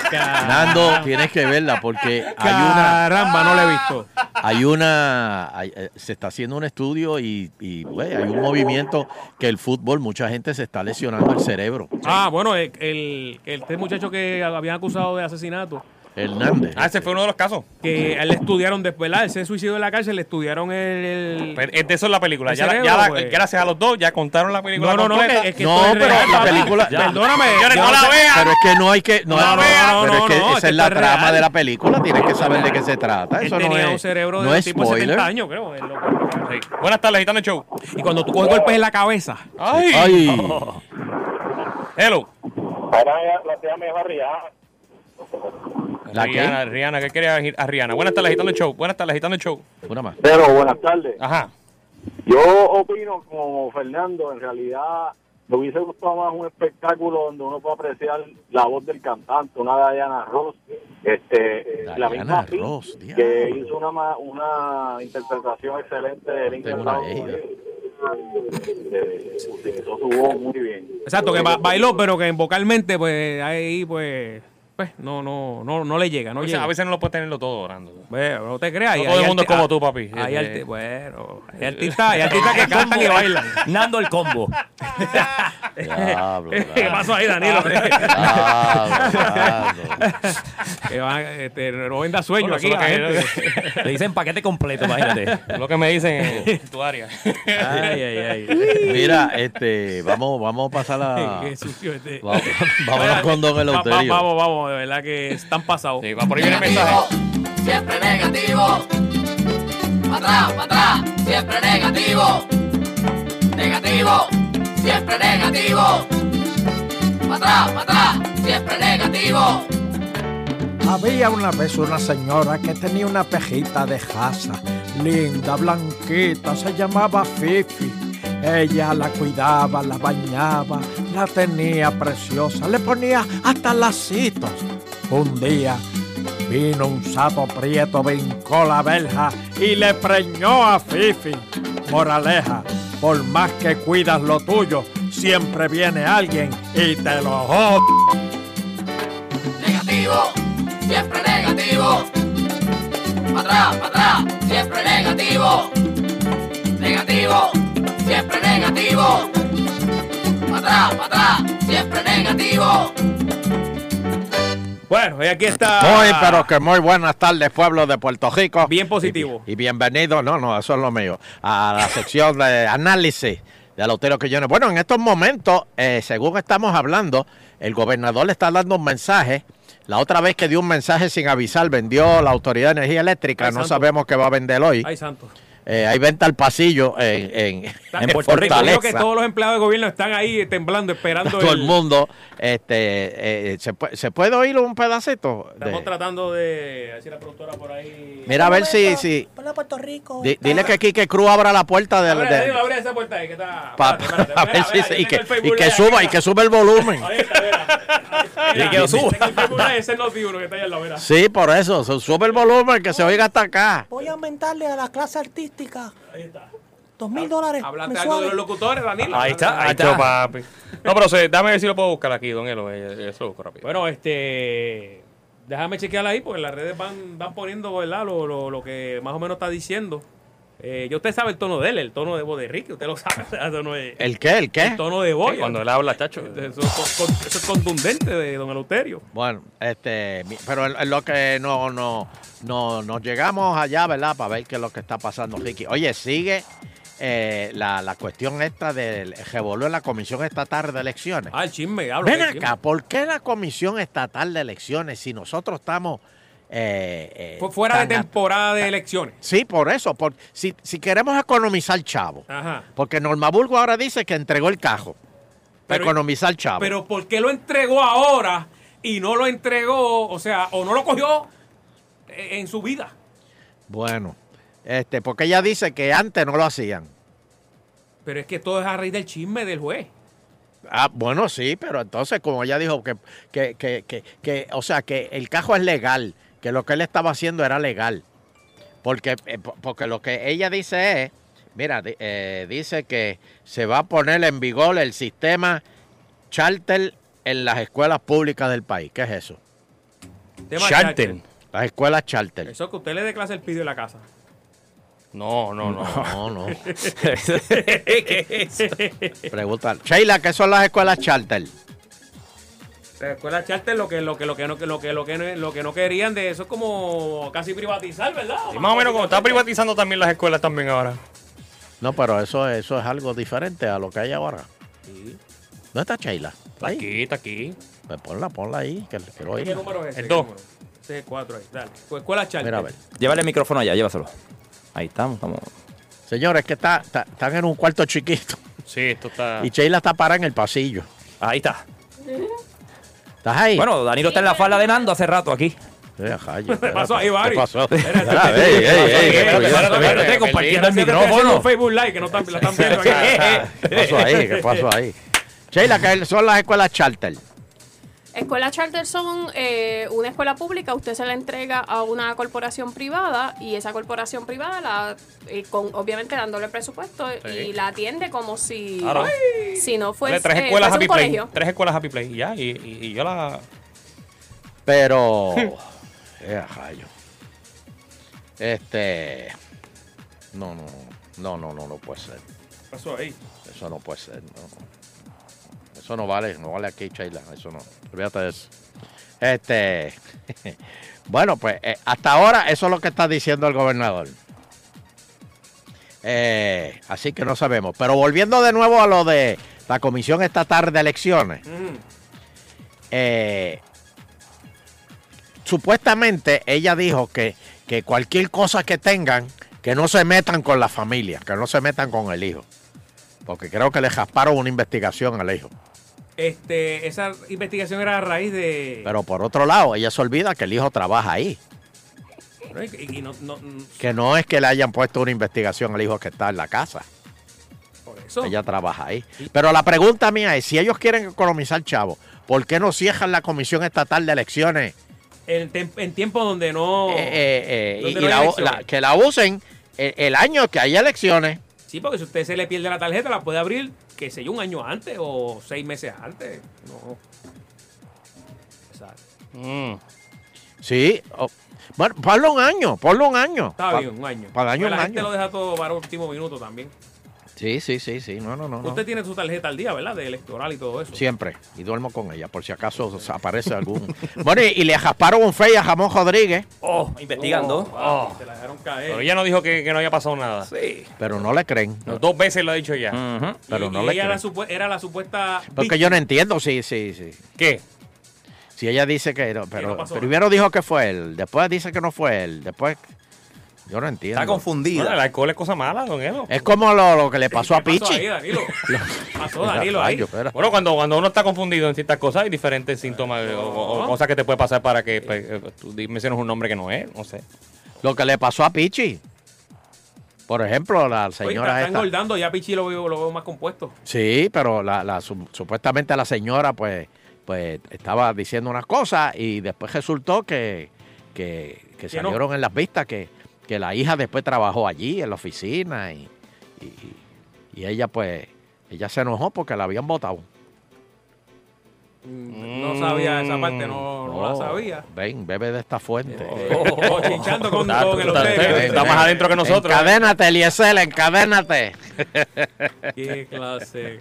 H: (laughs) Nando, tienes que verla porque hay una,
B: Caramba, no le he visto.
H: hay una, hay, eh, se está haciendo un estudio y, y, güey, hay un movimiento que el fútbol, mucha gente se está lesionando el cerebro.
B: Ah, bueno, el, el- este muchacho que habían acusado de asesinato,
H: Hernández.
C: Ah, ese fue uno de los casos.
B: que a él le estudiaron después, ¿verdad? Él se suicidó en la cárcel, le estudiaron el... el-
C: Pero es de eso es la película.
B: El
C: Ya, la-
B: cerebro,
C: ya la-
B: pues.
C: gracias a los dos, ya contaron la película.
B: No, no, no,
C: completa.
B: que- es que
H: No,
B: esto es
H: pero
B: real,
H: la
B: papá.
H: película- ya.
B: Perdóname.
C: Señores,
B: ya
C: no
B: lo
C: la
B: sé.
C: vean.
H: Pero es que no hay que. No,
B: No,
H: no,
B: no,
H: pero
B: no,
H: es que
B: no,
H: esa
B: esto
H: es la
B: es real.
H: trama de la película. Tienes que saber de qué se trata.
B: Él
H: Eso no
B: tenía
H: es.
B: un cerebro de
H: no
B: un
H: es
B: tipo de 70
H: spoiler.
B: años, creo. el loco.
C: Sí. Buenas tardes, Gitano Show.
B: Y cuando tú coges golpes en la cabeza,
C: Ay.
H: Ay.
C: Hello.
F: Ahora la tía me va a Ah, riar.
H: ¿La qué?
C: Rihanna, Rihanna, ¿qué quería decir a Rihanna? Buenas tardes, Gitano Show. Buenas tardes, Gitano Show.
H: Una más.
F: Pero buenas tardes.
C: Ajá.
F: Yo opino como Fernando, en realidad me hubiese gustado más un espectáculo donde uno pueda apreciar la voz del cantante, una Diana Ross, este, eh,
H: Diana
F: la misma Pink,
H: Ross,
F: que
H: diablo.
F: hizo una, ma- una interpretación excelente de Linkin
H: Tengo una
F: Park.
H: ella.
F: Eh, Utilizó su voz muy bien.
B: exacto, que ba- bailó, pero que vocalmente, pues, ahí, pues, pues, no, no, no, no le llega, no
C: O sea,
B: llega.
C: a veces no lo puedes tenerlo todo, Orlando.
B: Bueno, no te creas.
C: No
B: y
C: todo
B: hay
C: el mundo es
B: arti-
C: como
B: ah,
C: tú, papi.
B: Hay
C: Eh,
B: arti- bueno, hay artistas, hay artistas que cantan y bailan.
E: Nando el combo.
H: Diablo,
B: (laughs) ¿Qué pasó ahí, Danilo?
H: diablo, diablo.
B: que van, este, no venda sueño
C: Bueno,
B: aquí.
C: eso
B: a la
C: es lo que-
B: gente.
E: Le dicen paquete completo, imagínate.
C: Lo que
E: (laughs)
C: me dicen en tu área.
B: eh, Ay, ay, ay.
H: (laughs) Mira, este, vamos, vamos a pasar a.
B: (laughs) Qué sucio este.
H: Vamos, vámonos con Don
B: Va- va-
H: Eleuterio.
B: Vamos, vamos, de verdad que están pasados.
C: Sí, va por ahí viene el mensaje.
I: siempre negativo. Pa' atrás, pa' atrás, siempre negativo. Negativo, siempre negativo. Pa' atrás, pa' atrás, siempre negativo.
J: Había una vez una señora que tenía una pejita de jasa, linda, blanquita, se llamaba Fifi. Ella la cuidaba, la bañaba, la tenía preciosa, le ponía hasta lacitos. Un día vino un sapo prieto, brincó la verja y le preñó a Fifi. Moraleja, por más que cuidas lo tuyo, siempre viene alguien y te lo jode.
I: Negativo, siempre negativo. Pa' atrás, pa' atrás, siempre negativo. Negativo, siempre negativo. Pa' atrás, pa' atrás, siempre negativo.
B: Bueno, y aquí está.
H: Muy, pero que muy buenas tardes, pueblo de Puerto Rico.
B: Bien positivo.
H: Y, y bienvenido, no, no, eso es lo mío, a la (laughs) sección de análisis de Eleuterio Quillones. Bueno, en estos momentos, eh, según estamos hablando, el gobernador le está dando un mensaje. La otra vez que dio un mensaje sin avisar, vendió la Autoridad de Energía Eléctrica.
B: Ay,
H: no
B: santo.
H: sabemos qué va a vender hoy.
B: Ay, santo.
H: Eh, hay venta al pasillo en, en, en
B: Creo que
H: Fortaleza.
B: todos los empleados de gobierno están ahí temblando, esperando.
H: Todo el mundo. Este, eh, ¿se, puede, ¿Se puede oír un pedacito? de-
B: Estamos tratando de. a ver si la productora por ahí.
H: Mira, a ver si... si
I: Puerto Rico.
H: Di- dile que Quique Cruz abra la puerta del.
B: Abre,
H: de-
B: Danilo, abre esa puerta ahí que está.
H: pa-
B: espérate, espérate.
H: (laughs) a ver
B: Mira,
H: si-
B: mira, yo
H: y
B: tengo
H: que,
B: el Facebook
H: y que
B: Live
H: suba
B: aquí,
H: y que suba el volumen.
B: mira. Ahí está,
H: (laughs)
B: mira. Mira,
E: que lo suba.
B: tengo el Facebook Live, ese es Noti uno que está allá al lado, mira.
H: Sí, por eso. su- Sube el volumen que se oiga hasta acá.
I: Voy a aumentarle a la clase artística. Dos mil dólares
B: Háblate algo de los locutores, Danilo.
C: Ahí está, ahí está, papi. No, pero se- dame ver si lo puedo buscar aquí, don Elo. eh, Eso lo busco rápido.
B: Bueno, este. Déjame chequear ahí porque las redes van, van poniendo ¿verdad? Lo, lo, lo que más o menos está diciendo. Eh, ya usted sabe el tono de él, el tono de voz de Ricky, usted lo sabe. (laughs) o sea, eso no es-
H: Eh, ¿El qué? ¿El qué?
B: El tono de voz. Eh,
H: Sí,
C: cuando él habla, chacho.
B: Eso, es con- con- eso es contundente de don Eleuterio.
H: Bueno, este, mi- pero en- en lo que no, no, no, nos llegamos allá, ¿verdad? Para ver qué es lo que está pasando, Ricky. Oye, sigue eh, la, la cuestión esta del revolú en la Comisión Estatal de Elecciones.
B: Ah, el chisme, hablo.
H: Ven
B: del chisme.
H: acá, ¿por qué la Comisión Estatal de Elecciones, si nosotros estamos... eh, eh,
B: Fue fuera de
H: tan a-
B: temporada de elecciones.
H: Sí, por eso, por, si, si queremos economizar chavo,
B: Ajá.
H: porque Norma Burgo ahora dice que entregó el cajo, para
B: Pero-
H: economizar chavo.
B: Pero ¿por qué lo entregó ahora y no lo entregó, o sea, o no lo cogió eh, en su vida?
H: Bueno, este, porque ella dice que antes no lo hacían.
B: Pero es que todo es a raíz del chisme del juez.
H: Ah, bueno, sí, pero entonces, como ella dijo, que, que, que, que, que, o sea, que el cajo es legal, que lo que él estaba haciendo era legal. Porque, eh, po- porque lo que ella dice es, mira, di- eh, dice que se va a poner en vigor el sistema charter en las escuelas públicas del país. ¿Qué es eso?
B: Tema Charter.
H: Las escuelas charter.
B: Eso que usted le dé clase el pido en la casa.
C: No, no, no.
H: No, no.
E: (laughs)
C: (laughs)
B: ¿Qué es eso?
H: Pregunta. Sheila, ¿qué son las escuelas charter?
B: La escuela charter lo que lo que lo que no lo que lo que no, lo que no querían de eso es como casi privatizar, ¿verdad?
C: Y más o menos como está privatizando también las escuelas también ahora.
H: No, pero eso, eso es algo diferente a lo que hay ahora. ¿Dónde está Sheila?
C: Está aquí, está aquí.
H: Pues ponla, ponla ahí, que quiero
B: ¿Qué
H: oírla.
B: número es ese?
C: El dos.
B: Este cuatro ahí, dale. Pues escuela charter.
H: Mira, a ver.
E: Llévale el micrófono allá, llévaselo. Ahí estamos, estamos.
H: Señores, que está, está- están en un cuarto chiquito
C: Sí, esto está. (laughs)
H: y Sheila está parada en el pasillo.
E: Ah. Ahí está.
H: ¿Estás ahí?
E: Bueno, Danilo está en la falda de Nando hace rato aquí.
H: Eh, rayo,
B: ¿Qué pasó ahí,
H: espérate,
B: Barry?
H: ¿Qué pasó?
B: Espérate,
H: Espera, ey, ey, ey,
B: espérate,
H: cuidado,
B: espérate,
H: espera,
E: espérate, compartiendo el
B: Gracias que estoy
E: micrófono.
B: haciendo un Facebook Live que no están, la están viendo
H: (laughs)
B: aquí. Eh,
H: ¿Qué pasó ahí? ¿Qué pasó ahí? Sheila, que son las escuelas charter.
K: Escuela charter son eh, una escuela pública, usted se la entrega a una corporación privada y esa corporación privada la, eh, con, obviamente dándole presupuesto y la atiende como si,
C: Claro.
K: si no fuese,
C: Dale, tres
K: eh,
C: escuelas
K: fuese
C: Happy
K: un
C: Play.
K: colegio.
C: Tres escuelas Happy Play y ya. Y, y- y yo la.
H: Pero.
B: (laughs)
H: eh, rayo. Este. No, no, no, no, no, no puede ser.
B: ¿Qué pasó ahí?
H: Eso no puede ser. no. Eso no vale, no vale aquí, Sheila. Eso no. Olvídate de eso. Este. (laughs) bueno, pues eh, hasta ahora eso es lo que está diciendo el gobernador. Eh, así que no sabemos. Pero volviendo de nuevo a lo de la Comisión Estatal de Elecciones. Eh, supuestamente ella dijo que, que cualquier cosa que tengan, que no se metan con la familia, que no se metan con el hijo. Porque creo que le jasparon una investigación al hijo.
B: Este, esa investigación era a raíz de
H: Pero por otro lado, ella se olvida que el hijo trabaja ahí.
B: ¿no? y, y no, no- no-
H: Que no es que le hayan puesto una investigación al hijo que está en la casa.
B: por eso.
H: Ella trabaja ahí. Pero la pregunta mía es, si ellos quieren economizar chavo, ¿por qué no cierran la Comisión Estatal de Elecciones
B: En, tem- en tiempo donde no
H: Eh, eh, eh, y,
B: ¿Dónde no
H: y
B: hay
H: la-
B: elecciones?
H: la- que la usen el, el año que hay elecciones.
B: Sí, porque si usted se le pierde la tarjeta, la puede abrir, qué sé yo, un año antes o seis meses antes. No. Exacto.
C: Mm.
H: Sí. o- bueno, ponlo un año, ponlo un año.
B: Está
H: Pa-
B: bien, un año.
H: Para el año,
B: Porque
H: un
B: la gente
H: año.
B: lo deja todo para último minuto también.
H: Sí, sí, sí, sí. No, no, no. no.
B: Usted tiene su tarjeta al día, ¿verdad? De electoral y todo eso.
H: Siempre. Y duermo con ella, por si acaso o sea, aparece algún. (laughs) bueno, y, y le jasparon un fey a Jamón Rodríguez,
E: Oh, investigando.
H: Oh.
B: Ah, Te la dejaron caer.
C: oh. Pero ella no dijo que, que no había pasado nada.
E: Sí.
H: pero no le creen.
C: No, dos veces lo ha dicho ya.
E: Ujú.
H: Pero
B: Y-
H: no
B: y
H: le
B: ella era,
H: creen.
B: supue- era la supuesta.
H: Porque yo no entiendo, sí, sí, sí.
C: ¿Qué?
H: Si ella dice que. no, pero
B: no pasó
H: primero dijo que fue él, después dice que no fue él, después. Yo no entiendo.
E: Está
C: Bueno, el
E: confundida.
C: alcohol es cosa mala, don Elo.
H: Es como lo, lo que le pasó a
B: ¿Qué Pasó ahí,
H: Eh, Pichi. (laughs)
B: Danilo. pasó
H: Mira,
B: Danilo ahí.
H: rayo, espera.
C: Bueno, cuando, cuando uno está confundido en ciertas cosas, hay diferentes síntomas o, o- o cosas que te puede pasar para que pues, eh, tú di- menciones un nombre que no es, no sé.
H: Lo que le pasó a Pichi. Por ejemplo, la
B: Oye,
H: señora
B: está, está
H: esta-
B: engordando, ya Pichi lo veo, lo veo más
H: (laughs)
B: compuesto.
H: Sí, pero la, la su- supuestamente la señora pues, pues estaba diciendo unas cosas y después resultó que, que, que
B: Que no.
H: salieron en las vistas que, que la hija después trabajó allí en la oficina y, y- y ella pues ella se enojó porque la habían votado.
B: Mm, No sabía esa parte, no, no la
H: Oh,
B: sabía.
H: Ven, bebe de esta fuente.
B: oh, chinchando con- Está- con el está- hotel. está- está más
H: Ven, ven.
B: adentro que nosotros. ¿eh?
H: Encadénate,
B: (laughs)
H: Eliezer, encadénate.
B: Qué clase.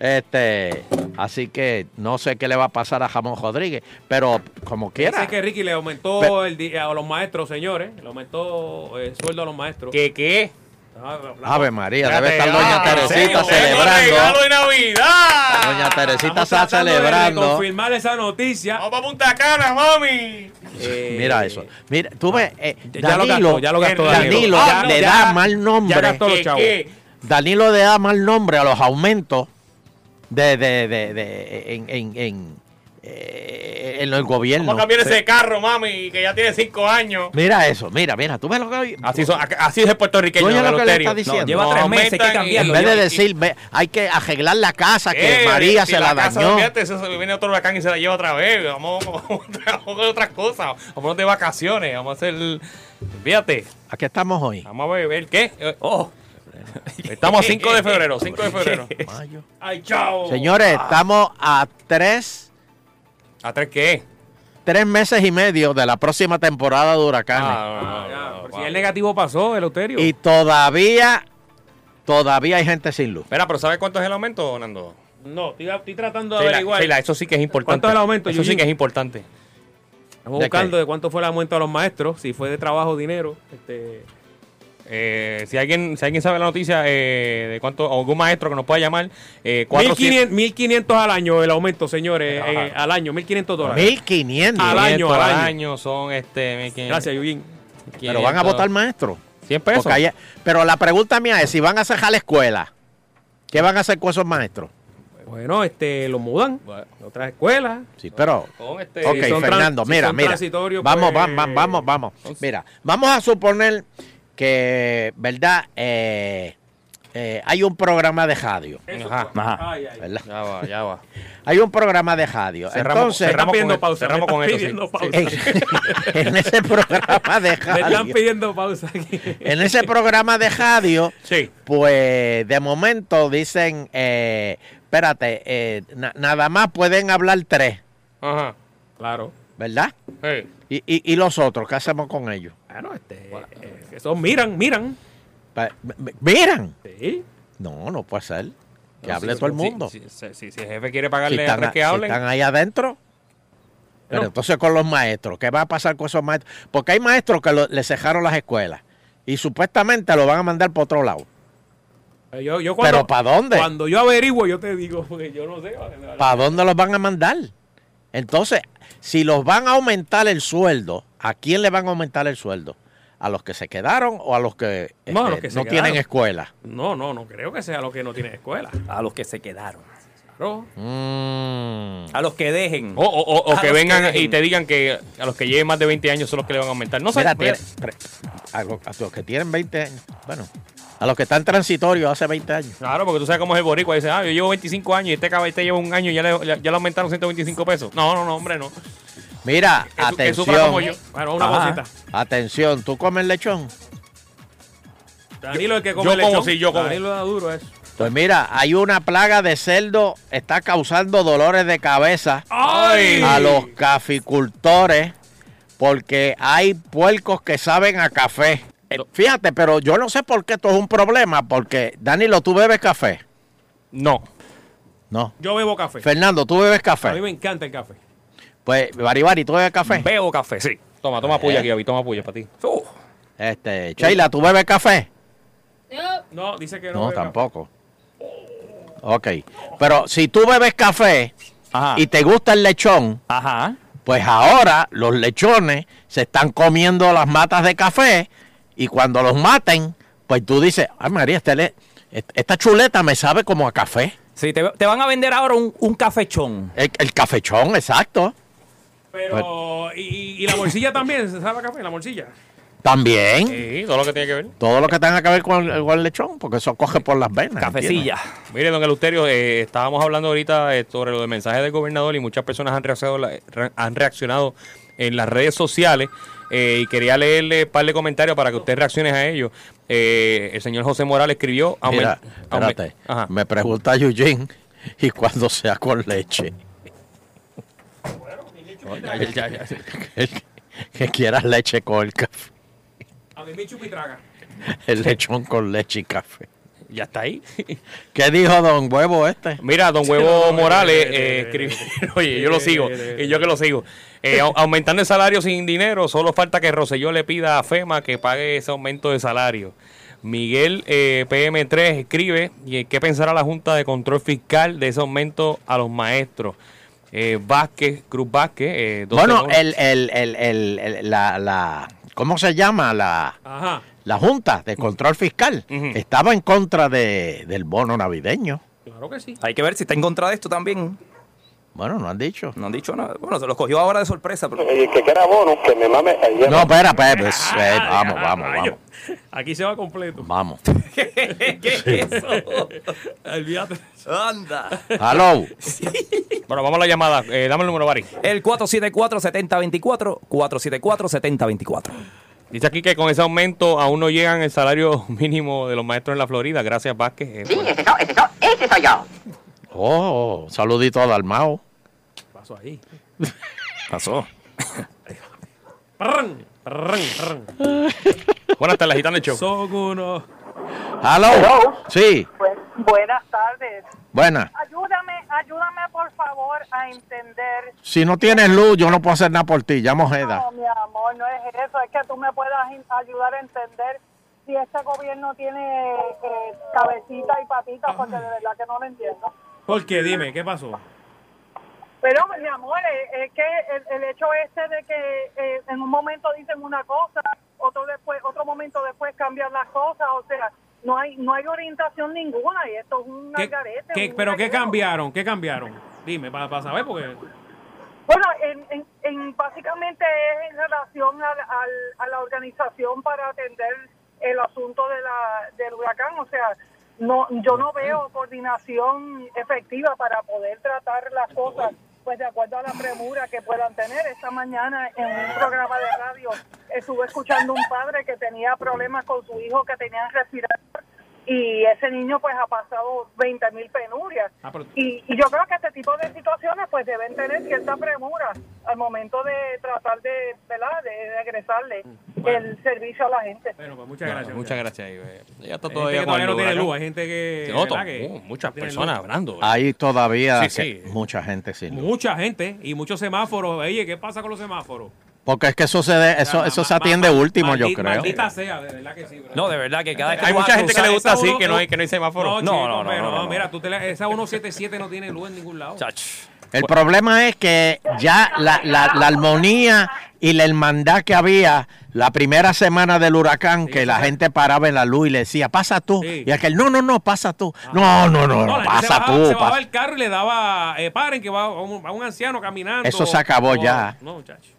H: Este, así que no sé qué le va a pasar a Jamón Rodríguez, pero como quiera.
B: Dice que Ricky le aumentó
H: Pero-
B: el di- a los maestros, señores. Le aumentó el sueldo a los maestros. Ah,
C: ¿Qué qué?
H: Ave María, debe estar Doña Teresita
C: regalo
H: celebrando.
C: de Navidad!
H: Doña Teresita está
B: De
H: celebrando.
B: confirmar esa noticia.
C: ¡Vamos a Punta Cana, mami!
H: Mira eso. Mira, tú ves, eh,
B: Eh, ah, ya lo
H: Danilo,
B: gastó, ya lo gastó Danilo.
H: Danilo
B: Ah, no,
H: le
B: ya-
H: da mal nombre.
B: ya gastó los ¿Qué, chavos. qué?
H: Danilo le da mal nombre a los aumentos de, de, de, de- en, en, en, eh, en el gobierno.
C: Vamos a cambiar
H: Sí.
C: ese carro, mami, que ya tiene cinco años.
H: Mira eso, mira, mira, tú ves lo que
C: Así, son, así es el puertorriqueño.
H: Tú oyes lo que le
C: Eleuterio.
H: está diciendo.
C: No, aumentan y-
H: En vez de decir, ve, hay que arreglar la casa que
C: Eh,
H: María
C: si
H: se la,
C: casa,
H: dañó.
C: olvídate, eso se- viene otro huracán y se la lleva (laughs) otra vez. Vamos, vamos, vamos con otras cosas. Vamos de vacaciones. Vamos a hacer. Fíjate.
H: ¿A qué estamos hoy?
C: Vamos a beber qué. Eh,
H: (laughs)
C: Oh. Estamos a 5 de (laughs) febrero. 5 de febrero. (laughs) Ay, chao.
H: Señores, estamos a tres,
C: Ah. ¿A tres qué?
H: tres meses y medio de la próxima temporada de huracanes.
C: Ah,
B: Si el negativo pasó, el uterio.
H: Y todavía, todavía hay gente sin luz.
C: Mira, pero ¿sabes cuánto es el aumento, Nando?
B: No, estoy, estoy tratando de
C: Sheila,
B: averiguar.
C: Sheila, eso sí que es importante.
B: ¿Cuánto es el aumento,
C: Eso sí
B: Yuyin?
C: que es importante.
B: Estamos
C: ¿De
B: buscando de cuánto fue el aumento a los maestros, si fue de trabajo o dinero. Este,
C: Eh, si alguien si alguien sabe la noticia eh, de cuánto, o algún maestro que nos pueda llamar, eh, 400
B: 1500 1500 al año el aumento, señores,
C: Ajá.
B: eh, al año, 1500 dólares.
H: 1500.
B: Al año, al año.
C: son este. 1500.
B: Gracias, Yuyin.
H: Pero van a votar maestros.
C: 100 pesos.
H: Porque hay- pero la pregunta mía es, si van a cerrar la escuela, ¿qué van a hacer con esos maestros?
B: Bueno, este, lo mudan a otras escuelas.
H: Sí, pero...
C: Con este-
H: Ok,
B: si son tran-
H: Fernando,
B: si
H: mira,
B: son
H: mira.
B: transitorios,
H: Vamos,
B: pues-
H: vamos, vamos, vamos, vamos. Mira, vamos a suponer que, ¿verdad? Eh, eh, hay un programa de radio.
C: Ajá, ajá.
H: ¿verdad?
C: Ya va, ya va.
H: Hay un programa de radio.
C: Cerramos-
H: Entonces,
C: cerramos con esto, cerramos con esto, sí.
B: pidiendo pausa.
H: (laughs) en, en ese programa de
B: Me están
H: radio,
B: pidiendo pausa aquí.
H: en ese programa de
C: (laughs)
H: radio,
B: Sí.
H: pues de momento dicen, eh, espérate, eh, na- nada más pueden hablar tres,
C: Ajá.
B: Claro.
H: ¿verdad?
C: Hey.
H: Y, y- y los otros, ¿qué hacemos con ellos?
B: Bueno, este, eh, esos miran, miran.
H: Pa- m- m- Miran.
B: Sí.
H: No, no puede ser. Que
C: No,
H: hable
C: sí,
H: todo el
C: sí,
H: mundo.
C: Si, si- si- si el jefe quiere
H: Si
C: pagarle a
H: están,
C: tres
H: a- si
C: que hablen.
H: están ahí adentro. Pero
C: No.
H: entonces con los maestros, ¿qué va a pasar con esos maestros? Porque hay maestros que lo- les cejaron las escuelas y supuestamente lo van a mandar para otro lado.
B: Eh, Yo, yo cuando,
H: ¿Pero pa' dónde?
B: Cuando yo averiguo, yo te digo, porque yo no sé.
H: ¿Para dónde los van a mandar? Entonces, si los van a aumentar el sueldo, ¿a quién le van a aumentar el sueldo? ¿A los que se quedaron o a los que,
B: No, a los
H: este,
B: que se
H: no
B: quedaron.
H: tienen escuela?
B: No, no, no creo que sea lo que no tiene escuela.
E: A los que se quedaron.
B: Claro.
H: Mm.
E: A los que dejen.
C: O, o- o- o
E: A
C: que
E: los
C: vengan
E: dejen.
C: y te digan que a los que lleven más de 20 años son los que le van a aumentar. No sé.
H: Mira,
C: mira,
H: tiene- pre- a, lo- a los que tienen 20 años, bueno, a los que están transitorios hace 20 años.
C: Claro, porque tú sabes cómo es el boricua. Dice, ah, yo llevo 25 años y este cabrón este lleva un año y ya le, ya le aumentaron 125 pesos. No, no, no, hombre, no.
H: Mira,
C: su- que
H: atención,
C: sufra como yo.
B: Bueno, una
H: Ajá.
B: cosita.
H: atención, ¿tú comes lechón?
B: Danilo es que come
C: Yo como,
B: lechón.
C: sí, yo como.
B: Danilo da duro eso.
H: Pues mira, hay una plaga de cerdo, está causando dolores de cabeza
B: ¡Ay!
H: a los caficultores porque hay puercos que saben a café. Eh, Fíjate, pero yo no sé por qué esto es un problema, porque Danilo, ¿tú bebes café?
C: No.
H: No.
B: Yo bebo café.
H: Fernando, ¿tú bebes
B: A mí
H: café?
B: me encanta el café.
H: Pues, Baribari, ¿tú bebes café? Eh.
E: Bebo café, sí.
C: Toma, toma puya aquí, Gaby, toma puya para ti.
E: Uh,
H: Este, Sheila, ¿tú bebes café?
B: No, dice que no.
H: No,
B: bebe café.
H: tampoco. Ok. Pero si tú bebes café
E: Ajá.
H: y te gusta el lechón,
E: Ajá.
H: pues ahora los lechones se están comiendo las matas de café y cuando los maten, pues tú dices, ay María, este le- est- esta chuleta me sabe como a café.
E: Sí, te, te van a vender ahora un, un cafechón.
H: El, el cafechón, exacto.
B: Pero,
H: pues-
B: y, y- y la morcilla también, ¿se sabe a café? La morcilla.
E: Eh.
H: También.
C: Sí, todo lo que tiene que ver.
H: Todo lo que tenga que ver con el, con el lechón, porque eso coge por las venas.
E: Cafecilla.
C: Mire, don Eleuterio, eh, estábamos hablando ahorita eh, sobre lo del mensaje del gobernador y muchas personas han reaccionado, la- re- han reaccionado en las redes sociales eh, y quería leerle un par de comentarios para que usted reaccione a ellos. Eh, el señor José Morales escribió... aumen-
H: Mira,
C: aumen-
H: espérate.
C: Ajá.
H: Me pregunta Eugene, ¿y cuando sea con leche?
C: ya, ya, ya, ya.
H: El que quieras leche con el café.
B: A mí me chupitraga.
H: El lechón con leche y café.
C: Ya está ahí.
H: ¿Qué dijo Don Huevo este?
C: Mira, don Huevo Morales eh, escribió- oye, yo lo sigo, y yo que lo sigo. Eh, au- aumentando el salario sin dinero, solo falta que Roselló le pida a FEMA que pague ese aumento de salario. Miguel eh, PM3 escribe, ¿y eh, qué pensará la Junta de Control Fiscal de ese aumento a los maestros? Eh, Vázquez, Cruz Vázquez. eh, 12
H: Bueno,
C: dólares.
H: el, el, el, el- el- la, la, ¿cómo se llama? La,
B: Ajá.
H: la Junta de Control Fiscal estaba en contra de, del bono navideño.
B: Claro que sí.
E: Hay que ver si está en contra de esto también.
H: Bueno, no han dicho.
E: No han dicho nada. Bueno, se los cogió ahora de sorpresa. Pero...
F: Eh, que quiera bono, que me mame.
H: No, espera, espera, pues,
B: Ah,
H: eh, vamos, vamos, vamos,
B: Aquí se va completo.
H: vamos.
B: (laughs) ¿Qué es eso? Olvídate.
E: Anda.
H: Hello.
C: Bueno, vamos a la llamada. Eh, dame el número, Bari.
E: El 474-7024. 474-7024.
C: Dice aquí que con ese aumento aún no llegan el salario mínimo de los maestros en la Florida. Gracias, Vázquez. Eh, por-
H: Oh, saludito a Dalmao.
B: Pasó ahí.
E: Pasó.
B: Prrrn, prrrn, prrrn.
C: (laughs) Buenas tardes, Gitano del Show.
B: Son unos.
H: Hello. Sí,
L: Buenas tardes.
H: buena.
L: Ayúdame, ayúdame por favor a entender.
H: Si no tienes luz, yo no puedo hacer nada por ti. Llamo Jeda.
L: No, mi amor, no es eso. Es que tú me puedas in- ayudar a entender si este gobierno tiene eh, cabecita y patitas, porque de verdad que no lo entiendo.
B: ¿Por qué? Dime, ¿qué pasó?
L: Pero, mi amor, es, es que el, el hecho este de que eh, en un momento dicen una cosa, otro después, otro momento después cambian las cosas, o sea, no hay no hay orientación ninguna y esto es un
B: ¿Qué,
L: algarete.
B: qué-
L: un
B: ¿Pero qué
L: reguero.
B: cambiaron? ¿Qué cambiaron? Dime, para, para saber, porque.
L: Bueno, en, en, en- básicamente es en relación al, al- a la organización para atender el asunto de la, del huracán, o sea, no, yo no veo coordinación efectiva para poder tratar las cosas, pues de acuerdo a la premura que puedan tener. Esta mañana en un programa de radio estuve escuchando un padre que tenía problemas con su hijo que tenía respirador y ese niño pues ha pasado 20 mil penurias.
B: Ah, pero-
L: Y, y yo creo que este tipo de situaciones pues deben tener cierta premura al momento de tratar de, ¿verdad? de, de agresarle el servicio a la gente.
B: Bueno, pues muchas
C: No,
B: gracias.
C: muchas gracias. eh. Ella está
B: Hay gente
C: todavía con
B: que todavía
C: el
B: no tiene
C: huracán.
B: luz, hay gente que.
C: Sí, no,
B: ¿verdad?
C: to-
B: que
C: uh, muchas
B: no tiene
C: personas
B: luz.
C: hablando.
H: Ahí todavía
C: Sí,
H: que- mucha gente sin luz.
B: Mucha gente y muchos semáforos. Oye, ¿qué pasa con los semáforos?
H: Porque es que eso se, de- eso, eso se atiende último, yo
B: Maldi-
H: creo.
B: Maldita sea, de verdad que sí. bro.
E: No, de verdad que cada vez que
C: Hay
E: tú vas
C: mucha
E: a
C: gente que le
E: cruzar-
C: gusta
B: Esa
C: así,
B: uno-
C: que no hay, que no hay semáforo.
B: No, chico,
E: no, no,
B: pero
E: no, no, no.
B: Mira, tú te la- esa 177 no tiene luz en ningún lado.
H: El problema es que ya la, la- la armonía y la hermandad que había la primera semana del huracán, que la gente paraba en la luz y le decía, pasa tú. Y aquel, no, no, no, pasa tú. No, no, no,
B: No, la gente se
H: pasa
B: bajaba-
H: tú.
B: Se bajaba
H: pasa-
B: el carro y le daba, eh, paren que va a un, a un anciano caminando.
H: Eso se acabó
B: No,
H: ya.
B: No, muchacho.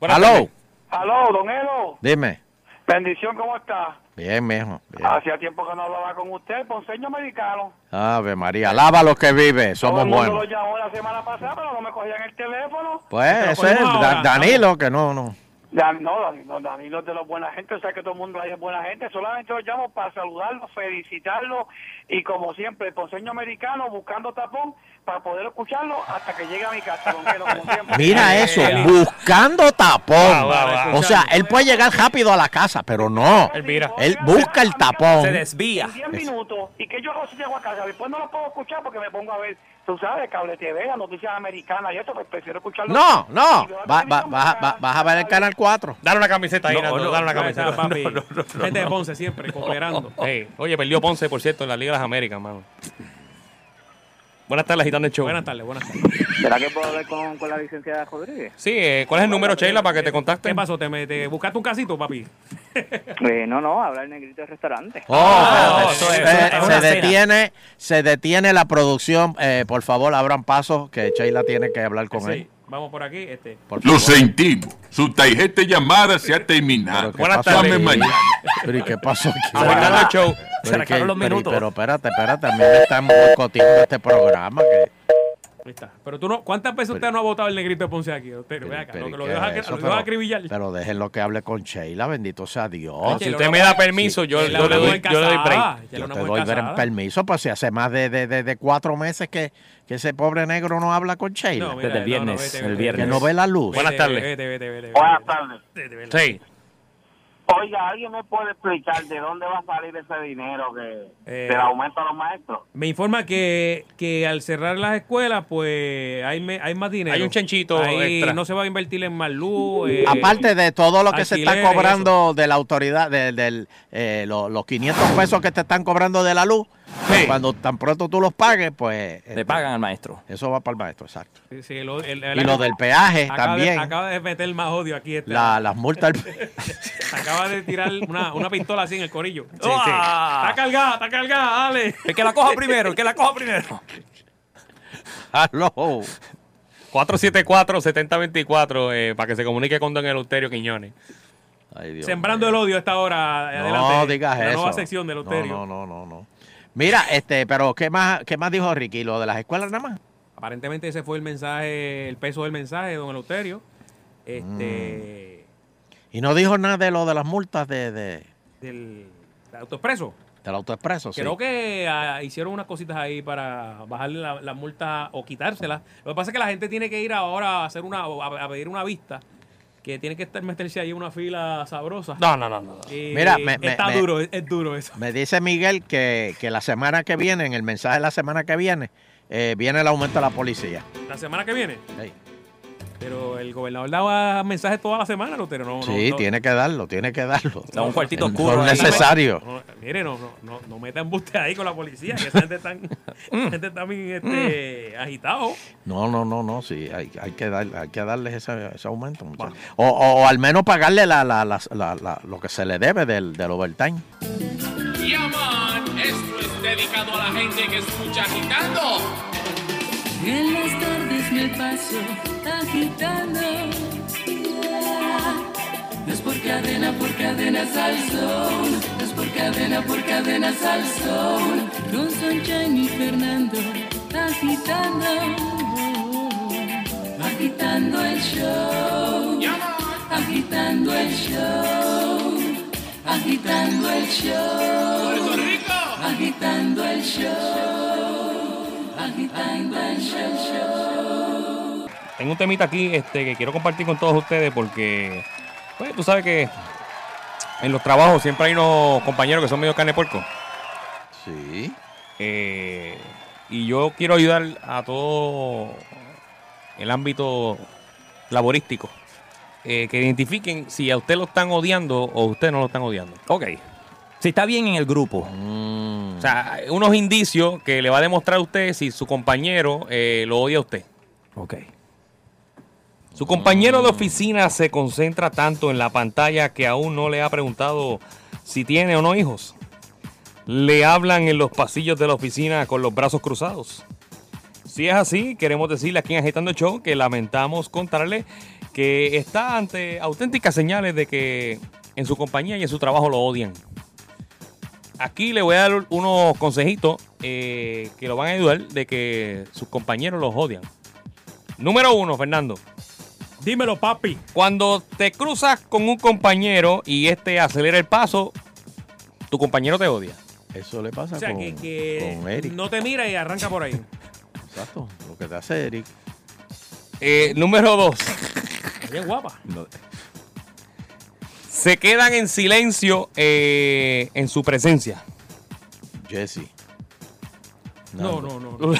H: Buenas Aló. tardes.
M: Aló, don Elo.
H: Dime.
M: Bendición, ¿cómo está?
H: Bien, mijo. bien.
M: Hacía tiempo que no hablaba con usted, ponceño americano.
H: Ave María, alaba lo que vive, somos
M: Yo lo
H: buenos.
M: llamó la semana pasada, pero no me cogían el teléfono.
H: Pues ese es
M: cogimos
H: Da-
M: ahora,
H: Danilo, que no, no.
M: Dan- no, Danilo, Danilo es de los buena gente, o sea que todo el mundo ahí es buena gente. Solamente lo llamo para saludarlo, felicitarlo y como siempre, ponceño americano buscando tapón para poder escucharlo hasta que llegue a mi casa, don Elo, como siempre.
N: Eh,
H: Mira eso, buscando tapón.
C: Wow, wow, wow.
H: O sea, él puede llegar rápido a la casa, pero no.
C: Él mira.
H: Él busca el tapón.
E: Se desvía.
M: 10 minutos y que yo los llego a casa. Después no lo puedo escuchar porque me pongo a ver, tú sabes, cable TV, las noticias americanas y eso, pues prefiero escucharlo.
H: No, no.
M: Y veo la
H: Va- va-
M: televisión,
H: va- va- vas a ver el canal 4.
C: Dale una camiseta ahí,
E: No,
C: Nando,
E: no,
C: dale una
B: Ahí está,
C: camiseta. (laughs)
B: papi. gente de Ponce siempre cooperando.
C: Ey, oye, perdió Ponce, por cierto, en la Liga de las Américas, mano. Buenas tardes, Gitano del Show.
B: Buenas tardes, buenas tardes.
O: ¿Será que puedo hablar con, con la licenciada Rodríguez?
C: Sí, eh, ¿cuál es el número, Sheila, para que te contacten?
B: ¿Qué pasó? ¿Te, me- te buscaste un casito, papi?
O: Eh, no, no, hablar negrito del restaurante.
H: Oh, espérate. Eh, se detiene, se detiene la producción. Eh, por favor, abran paso que Sheila tiene que hablar con él.
B: Vamos por aquí. Este.
H: Por
P: Lo
H: favor.
P: sentimos. Su tarjeta llamada se ha terminado.
H: ¿Qué pasó
P: Llame
C: (laughs)
H: aquí?
P: mañana.
H: Pero ¿y qué pasó aquí?
C: A Ricardo el show.
H: Pero,
C: Se le
H: ¿y qué?
C: acabaron los
H: Pero-
C: minutos.
H: pero espérate, espérate, a mí me están boicoteando este programa. Que
B: Ahí está. Pero tú no, ¿cuántas veces usted no ha votado el negrito de Ponce aquí? Usted, ve acá,
H: Pero
B: lo que lo
H: ¿qué
B: deja,
H: es eso?
B: lo deja
H: Pero-
B: acribillar.
H: Pero déjenlo que hable con Sheila, bendito sea Dios.
B: Ay, Si Sheila, usted una me da mujer- permiso, yo- Sheila, yo le una doy- mujer yo le doy break. casada. Sheila,
H: Yo
B: una
H: te
B: mujer
H: doy bre-
B: casada.
H: permiso, pues si hace más de, de- de- de cuatro meses que, que ese pobre negro no habla con Sheila.
B: No, mira, Desde el no, no, viernes, vete, el vete, viernes.
H: Que no ve la luz.
B: Vete, Buenas tardes. vete, vete, vete, vete.
M: Buenas tardes.
C: Sí.
M: Oiga, ¿alguien me puede explicar de dónde va a salir ese dinero que
B: Eh.
M: del aumento a los maestros?
B: Me informa que, que al cerrar las escuelas, pues hay, me- hay más dinero.
C: Hay un chanchito
B: Ahí
C: extra.
B: No se va a invertir en más luz. eh,
H: Aparte de todo lo que se está
B: alquileres,
H: cobrando de la autoridad, de, del, eh, lo- los 500 pesos que te están cobrando de la luz, pues cuando tan pronto tú los pagues, pues... Le pagan al maestro. Eso va para el maestro, exacto.
B: eso. Sí, lo- el- el-
H: Y lo del peaje
B: acaba
H: también.
B: De, acaba de meter más odio aquí. este.
H: La- las multas...
B: (laughs) Acaba de tirar una, una pistola así en el corillo.
E: sí.
B: ¡Ah! Está cargada, está cargada, dale.
E: El que la coja primero, el que la coja primero.
H: Aló.
C: 474-7024 eh, para que se comunique con Don Eleuterio Quiñones.
H: Ay, Dios.
B: Sembrando el odio a esta hora. Adelante.
H: No digas
B: La
H: eso.
B: nueva sección del Loterio.
H: No, no, no, no, no. Mira, este, pero ¿qué más, qué más dijo Ricky? ¿Lo de las escuelas nada más?
B: Aparentemente ese fue el mensaje, el peso del mensaje de Don Eleuterio. Este,
H: Y no dijo nada de lo de las multas de, de,
B: del, del autoexpreso.
H: del autoexpreso, Mm. sí.
B: Creo que ah, hicieron unas cositas ahí para bajarle la- las multas o quitárselas. Lo que pasa es que la gente tiene que ir ahora a hacer una a, a pedir una vista. Que tiene que estar, meterse ahí en una fila sabrosa.
C: No, no, no. no.
B: Y
H: Mira, me- me-
B: está
H: me-
B: duro, ¿eh? es, es duro eso.
H: Me dice Miguel que, que la semana que viene, en el mensaje de la semana que viene, eh, viene el aumento de la policía.
B: La semana que viene.
H: Sí.
B: Pero el gobernador daba mensajes toda la semana, Lutero. No, no,
H: sí,
B: no.
H: tiene que darlo, tiene que darlo.
B: Da un cuartito
H: Es
B: oscuro ahí.
H: necesario.
B: No, mire, no, no, no, no meta embuste ahí con la policía, que esa gente
H: (laughs)
B: está,
H: Mm.
B: esa gente está bien este, agitado.
H: No, no, no, no, sí, hay, hay que, dar, hay que darles ese, ese aumento. muchachos. O, o- o al menos pagarle la, la- la- la- la- lo que se le debe del, del overtime.
Q: Yaman, esto es dedicado a la gente que escucha agitando.
R: En las tardes me paso agitando. No es por cadena, por cadena salsón. No es por cadena, por cadena salsón. Con Sunshine y Fernando agitando. Agitando el show. Agitando el show. Agitando el show. Puerto Rico. Agitando el show. Agitando el show.
C: Tengo un temita aquí este, que quiero compartir con todos ustedes porque, pues, tú sabes que en los trabajos siempre hay unos compañeros que son medio carne de puerco. Eh,
H: Sí.
C: y yo quiero ayudar a todo el ámbito laborístico. eh, que identifiquen si a usted lo están odiando o a usted no lo están odiando.
E: Ok. Si está bien en el grupo.
C: O sea, hay unos indicios que le va a demostrar a usted si su compañero eh, lo odia a usted.
E: Ok.
C: Su compañero de oficina se concentra tanto en la pantalla que aún no le ha preguntado si tiene o no hijos. Le hablan en los pasillos de la oficina con los brazos cruzados. Si es así, queremos decirle aquí en Agitando el Show que lamentamos contarle que está ante auténticas señales de que en su compañía y en su trabajo lo odian. Aquí le voy a dar unos consejitos eh, que lo van a ayudar de que sus compañeros los odian. Número uno, Fernando.
B: Dímelo, papi.
C: Cuando te cruzas con un compañero y este acelera el paso, tu compañero te odia.
H: Eso le pasa
B: O sea,
H: con,
B: que, que
H: con Eric.
B: no te mira y arranca por ahí.
H: Exacto, lo que te hace Eric.
C: Eh, número dos.
B: Bien guapa.
C: Se quedan en silencio eh, en su presencia.
H: Jesse.
B: No, no, no. no.
H: (laughs)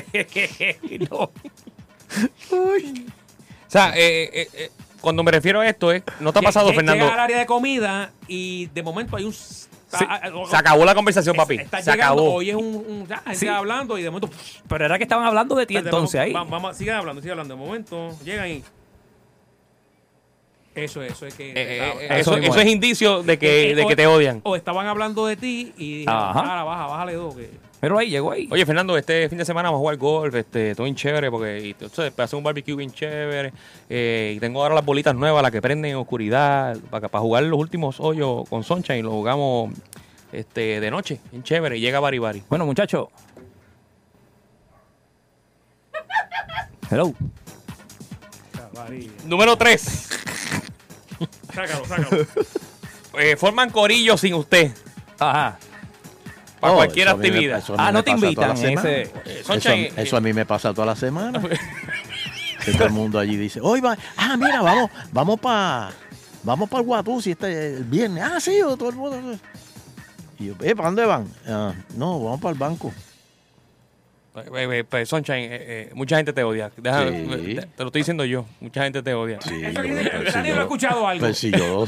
B: (laughs)
C: No. O sea, eh, eh, eh, cuando me refiero a esto, eh, ¿no te ha pasado,
B: Lle- lle-
C: Fernando?
B: Llega al área de comida y de momento hay un... ah,
C: se acabó la conversación, papi.
B: Está
C: Se
B: llegando,
C: acabó.
B: Hoy es un... un ya, gente
C: Sí.
B: hablando y de momento...
E: Pero era que estaban hablando de ti
B: Espérate,
E: entonces ahí.
B: Vamos, vamos, sigan hablando, sigan hablando. De momento, llegan y... Eso, eso es que...
C: eh, eso- eso es indicio de que- de
B: Eh, o-
C: que te odian.
B: O estaban hablando de ti y dijeron,
C: Ajá.
B: "Cara, baja, bájale dos. que-".
E: Pero ahí llegó ahí.
C: Oye, Fernando, este fin de semana vamos a jugar golf, este, todo bien chévere, porque y, tú sabes, para hacer un barbecue bien chévere. eh, y tengo ahora las bolitas nuevas, las que prenden en oscuridad, para, para jugar los últimos hoyos con Soncha y lo jugamos este, de noche, bien chévere, y llega Bari Bari.
E: Bueno, muchachos. Hello.
C: Número 3. (laughs)
B: Sácalo, sácalo.
C: Eh, forman corillo sin usted.
E: Ajá.
C: Para
H: Oh,
C: cualquier
H: eso a mí me-
C: actividad.
H: eso a mí me pasa toda la semana.
C: Eh,
H: Eso,
C: son
H: a-
C: chan-
H: eso a mí me pasa toda la semana. que todo el mundo allí dice, hoy va, ah, mira, vamos, vamos para vamos para el Guatú si este el viernes. Ah, sí, todo el mundo. Y yo, eh, ¿para dónde van? Ah, no, vamos para el banco.
C: Eh, eh, eh, pues, Sunshine, eh, eh, mucha gente te odia. Deja- eh,
H: Sí.
C: te, te lo estoy diciendo yo. Mucha gente te odia.
B: Nadie lo ha escuchado algo.
H: Pues sí, yo lo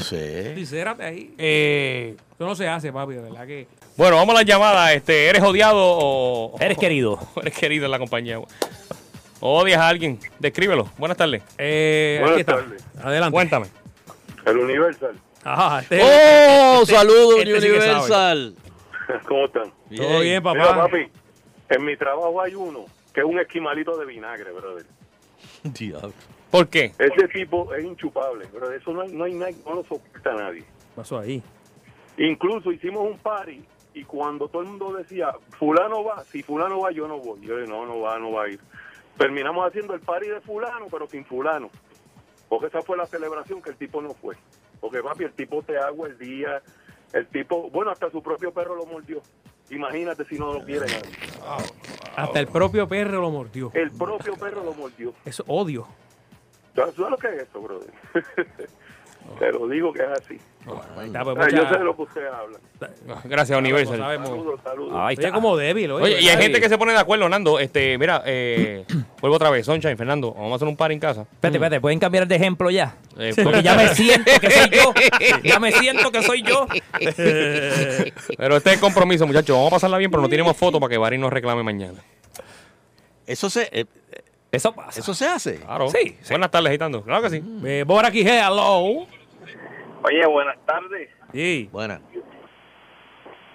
B: (laughs)
H: sé.
B: Sincérate ahí.
C: Eh,
B: Eso no se hace, papi, de verdad que.
C: bueno, vamos a la llamada. Este, ¿Eres odiado o,
E: Eres querido.
C: (laughs) o eres querido en la compañía? ¿Odias a alguien? Descríbelo. Buenas tardes.
B: Eh,
C: Buenas
B: aquí está.
C: tardes.
B: Adelante.
H: (laughs)
C: Cuéntame.
F: El Universal.
B: Ajá, este-
F: ¡Oh,
H: saludos,
B: este sí que sabe.
F: (laughs) ¿Cómo están?
B: Todo bien, papá.
F: Mira, papi, en mi trabajo hay uno que es un esquimalito de vinagre, brother.
C: ¿Por qué?
F: Ese tipo es inchupable, brother. Eso no hay, no hay, nadie- no lo soporta nadie.
B: Pasó ahí.
F: Incluso hicimos un party y cuando todo el mundo decía, fulano va, si fulano va, yo no voy. Yo dije, no, no va, no va a ir. Terminamos haciendo el party de fulano, pero sin fulano. Porque esa fue la celebración que el tipo no fue. Porque, papi, el tipo te agua el día. El tipo, bueno, hasta su propio perro lo mordió. Imagínate si no lo quieren.
B: Hasta el propio perro lo mordió.
F: El propio perro lo mordió.
B: Eso odio.
F: ¿Tú sabes lo que es eso, brother? (laughs) te lo digo que es así.
B: está, pues,
F: Ay, yo
B: mucha-
F: sé de lo que ustedes hablan.
C: Gracias, Universal.
F: Saludos, saludos.
C: Ahí
B: Oye,
C: está.
B: como débil, oye.
C: Oye, y hay
B: ¿verdad?
C: gente que se pone de acuerdo, Nando. Este, mira, eh, (clears throat) vuelvo otra vez. Sunshine, Fernando, vamos a hacer un par en casa.
E: Espérate, espérate, ¿pueden cambiar de ejemplo ya?
C: Eh,
E: Porque ya me siento que soy
C: (laughs)
E: yo. Ya me siento que soy yo.
C: Pero este es el compromiso, muchachos. Vamos a pasarla bien, pero no tenemos foto para que Barry nos reclame mañana.
H: Eso se. eh,
E: eso pasa. Mm.
H: Eso se hace.
C: Claro.
B: Sí,
C: Buenas tardes, Gitando. Claro que sí.
B: Eh, Bora aquí, hey, hello.
N: Oye, buenas tardes.
B: Sí.
H: Buenas.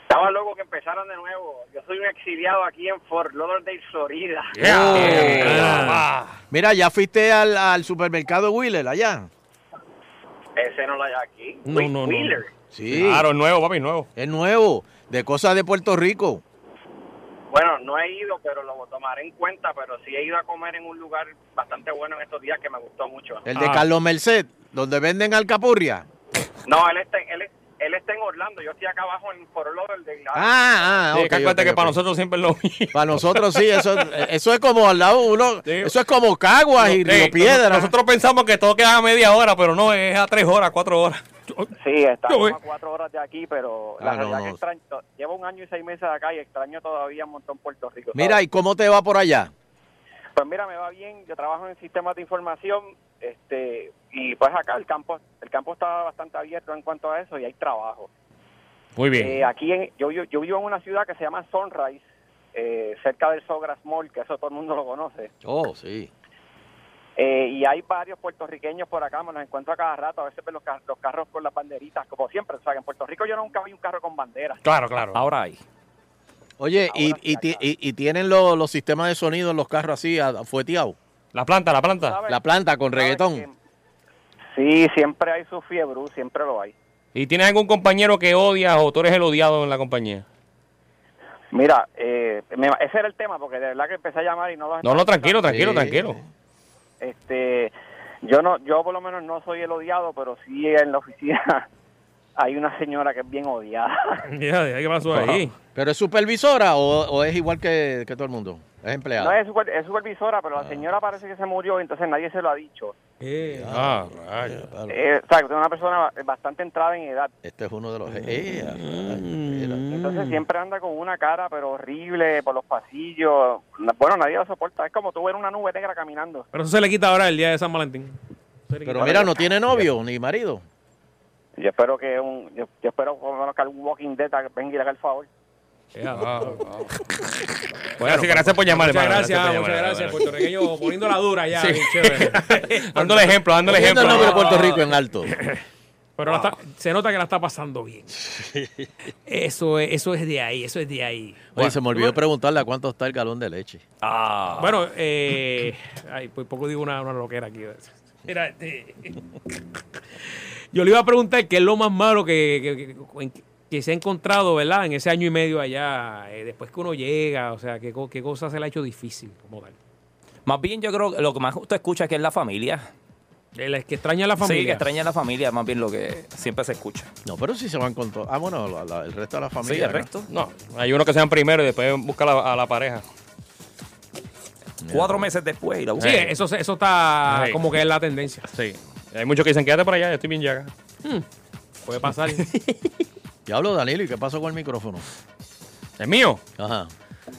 N: Estaba loco que empezaran de nuevo. Yo soy un exiliado aquí en Fort Lauderdale, Florida. Eh,
H: Oh. Mira, ya fuiste al, al supermercado Wheeler allá.
N: Ese no lo hay aquí.
H: No, no, no.
N: Wheeler.
H: Sí.
C: Claro, es nuevo, papi, nuevo.
H: Es nuevo, de cosas de Puerto Rico.
N: Bueno, no he ido, pero lo tomaré en cuenta. Pero sí he ido a comer en un lugar bastante bueno en estos días que me gustó mucho.
H: El de
C: Ah.
H: Carlos Merced, donde venden alcapurria.
N: No, él está, él, él está en Orlando. Yo estoy acá abajo en Fort Lauderdale.
H: Ah, ah,
C: Sí,
H: ok,
C: que acuérdate
H: ok,
C: que
H: ok.
C: para nosotros siempre es lo mismo.
H: Para nosotros sí, eso, eso es como al
C: (laughs)
H: lado uno, eso es como Caguas y
C: Ey,
H: Río Piedra.
C: Nosotros pensamos que todo queda a media hora, pero no, es a tres horas, cuatro horas.
N: Sí, está
C: Yo,
N: como
C: eh.
N: a cuatro horas de aquí, pero
H: Ah,
N: la
H: no,
N: realidad
H: no.
N: que extraño. Llevo un año y seis meses acá y extraño todavía un montón Puerto Rico. ¿sabes?
H: Mira, ¿y cómo te va por allá?
N: Pues mira, me va bien. Yo trabajo en sistemas de información, este, y pues acá el campo, el campo está bastante abierto en cuanto a eso y hay trabajo.
C: Muy
N: Eh, aquí en- yo, yo, yo vivo en una ciudad que se llama Sunrise, eh, cerca del Sogras Mall, que eso todo el mundo lo conoce.
H: Oh, sí.
N: Eh, y hay varios puertorriqueños por acá, me los encuentro a cada rato, a veces ven los, ca- los carros con las banderitas, como siempre, o sea, que en Puerto Rico yo nunca vi un carro con bandera.
C: Claro, claro.
E: Ahora hay.
H: Oye, y, y, ti- y- y tienen los, los sistemas de sonido en los carros así, a- fueteados.
C: La planta, la planta.
H: La planta con reggaetón.
N: Sí, siempre hay su fiebre, siempre lo hay.
C: ¿Y tienes algún compañero que odias o tú eres el odiado en la compañía?
N: Mira, eh, me- ese era el tema, porque de verdad que empecé a llamar y no los
C: No, no, tranquilo,
N: estaba
C: tranquilo,
N: escuchando.
C: tranquilo.
N: Este, yo no, yo por lo menos no soy el odiado, pero sí en la oficina (laughs) hay una señora que es bien odiada.
B: Mira, ¿qué pasó ahí?
H: ¿Pero es supervisora o, o es igual que, que todo el mundo? Es
N: No
H: empleada.
N: es, super- es supervisora, pero la señora parece que se murió, entonces nadie se lo ha dicho.
C: Ah, rayos.
N: Eh, o sea, es una persona bastante entrada en edad.
H: Este es uno de los... eh, ah, espera.
N: Entonces
C: Mm.
N: siempre anda con una cara, pero horrible, por los pasillos. Na- Bueno, nadie lo soporta. Es como tú ver una nube negra caminando.
B: Pero eso se le quita ahora el día de San Valentín.
H: Pero mira, no tiene novio ni marido.
N: Yo espero que un, yo, yo espero por lo menos que algún Walking Dead venga y le haga el favor.
C: (laughs) Bueno, así que gracias por llamar,
B: Muchas
C: hermano,
B: gracias,
C: gracias por
B: Ah, muchas
C: llamar,
B: gracias,
C: hermano.
B: puertorriqueño, poniendo la dura ya.
C: Sí.
B: bien chévere.
C: (laughs) Dándole ejemplo, dándole ejemplo.
H: Poniendo el nombre de Puerto Rico en alto.
B: (coughs) Pero la está- se nota que la está pasando
H: (laughs)
B: bien. Eso es, eso es de ahí, eso es de ahí.
H: Oye, se me olvidó preguntarle a cuánto está el galón de leche.
B: Ah. Bueno, eh, ay, por poco digo una, una loquera aquí. Mira, este, yo le iba a preguntar qué es lo más malo que, que- que- en, que se ha encontrado, ¿verdad? En ese año y medio allá, eh, después que uno llega, o sea, qué, co- qué cosa se le ha hecho difícil como tal.
E: Más bien yo creo que lo que más usted escucha que es la familia.
B: El que extraña a la
E: Sí,
B: familia.
E: que extraña a la familia, más bien lo que siempre se escucha.
H: No, pero si se van con todo. Ah, bueno, la- la- el resto de la familia.
E: Sí, el
H: ¿no?
E: resto.
C: No, hay uno que sean primero y después busca la- a la pareja.
E: Cuatro meses después y la
B: Sí,
E: busca.
B: eso, se- eso está
C: Sí.
B: como que es la tendencia.
C: Sí. Hay muchos que dicen, quédate por allá, yo estoy bien llaga.
B: Puede
H: (laughs)
B: pasar.
H: Diablo, Danilo, ¿y qué pasó con el micrófono?
C: ¿Es mío?
H: Ajá.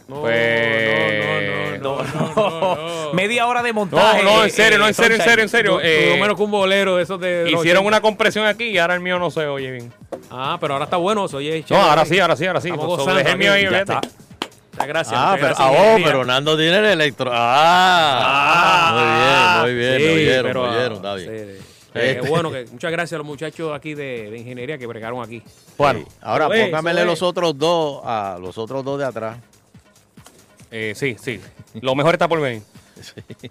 C: No,
E: no, no, no, Media hora de montaje.
C: No, no, en serio, no, en
E: eh,
C: serio, en
E: Sunshine.
C: serio, en serio.
E: Du-
C: Eh,
B: Por lo menos que un bolero de esos de. los
C: Hicieron
B: 80.
C: una compresión aquí y ahora el mío no se oye bien.
B: Ah, pero ahora está bueno eso, oye.
C: No,
B: chévere.
C: ahora sí, ahora sí, ahora sí.
B: Estamos
C: So- so-
B: gozando
C: Dejé el mío
B: aquí,
C: ahí,
B: ya
C: vete.
B: está. Muchas gracias.
H: (laughs) Ah,
B: muchas
H: pero,
B: gracias,
H: ah, oh,
B: energía.
H: pero Nando tiene el electro. Ah, muy bien, muy bien,
B: Sí,
H: me oyeron,
B: pero,
H: me
B: ah,
H: oyeron, está bien.
B: sí, sí. Eh,
H: Este-
B: bueno, que muchas gracias a los muchachos aquí de, de ingeniería que bregaron aquí.
H: (laughs) Bueno, ahora
B: Eso es,
H: póngamele
B: eso es.
H: los otros dos a los otros dos de atrás.
C: Eh, sí, sí. Lo mejor está por venir.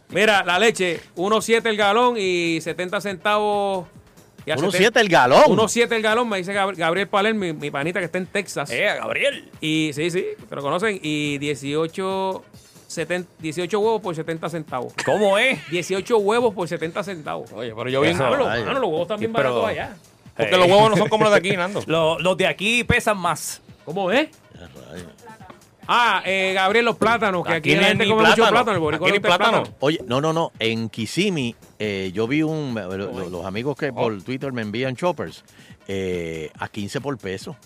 B: Mira, la leche, 1.7 el galón y 70 centavos. y a
H: 1.7 el galón.
B: 1.7 el galón, me dice Gab- Gabriel Palermo, mi, mi panita que está en Texas.
E: Eh, Gabriel.
B: Y sí, sí, te lo conocen. Y 18, 70 18 huevos por 70 centavos.
E: ¿Cómo es?
B: 18 huevos por 70 centavos.
C: Oye, pero yo vi-
B: Diablo,
C: Ay.
B: mano, los huevos están bien
E: Pero-
B: baratos allá.
C: Porque los huevos no son como los de aquí, Nando.
E: Lo- los de aquí pesan más.
B: ¿Cómo es? Ah, eh, Gabriel, los plátanos, que aquí, la gente come mucho plátano. El boricua le gusta el plátano.
H: Oye, no, no, no. En Kissimmee, eh, yo vi un. lo- lo- Los amigos que
B: Oh.
H: por Twitter me envían choppers eh, a 15 por peso.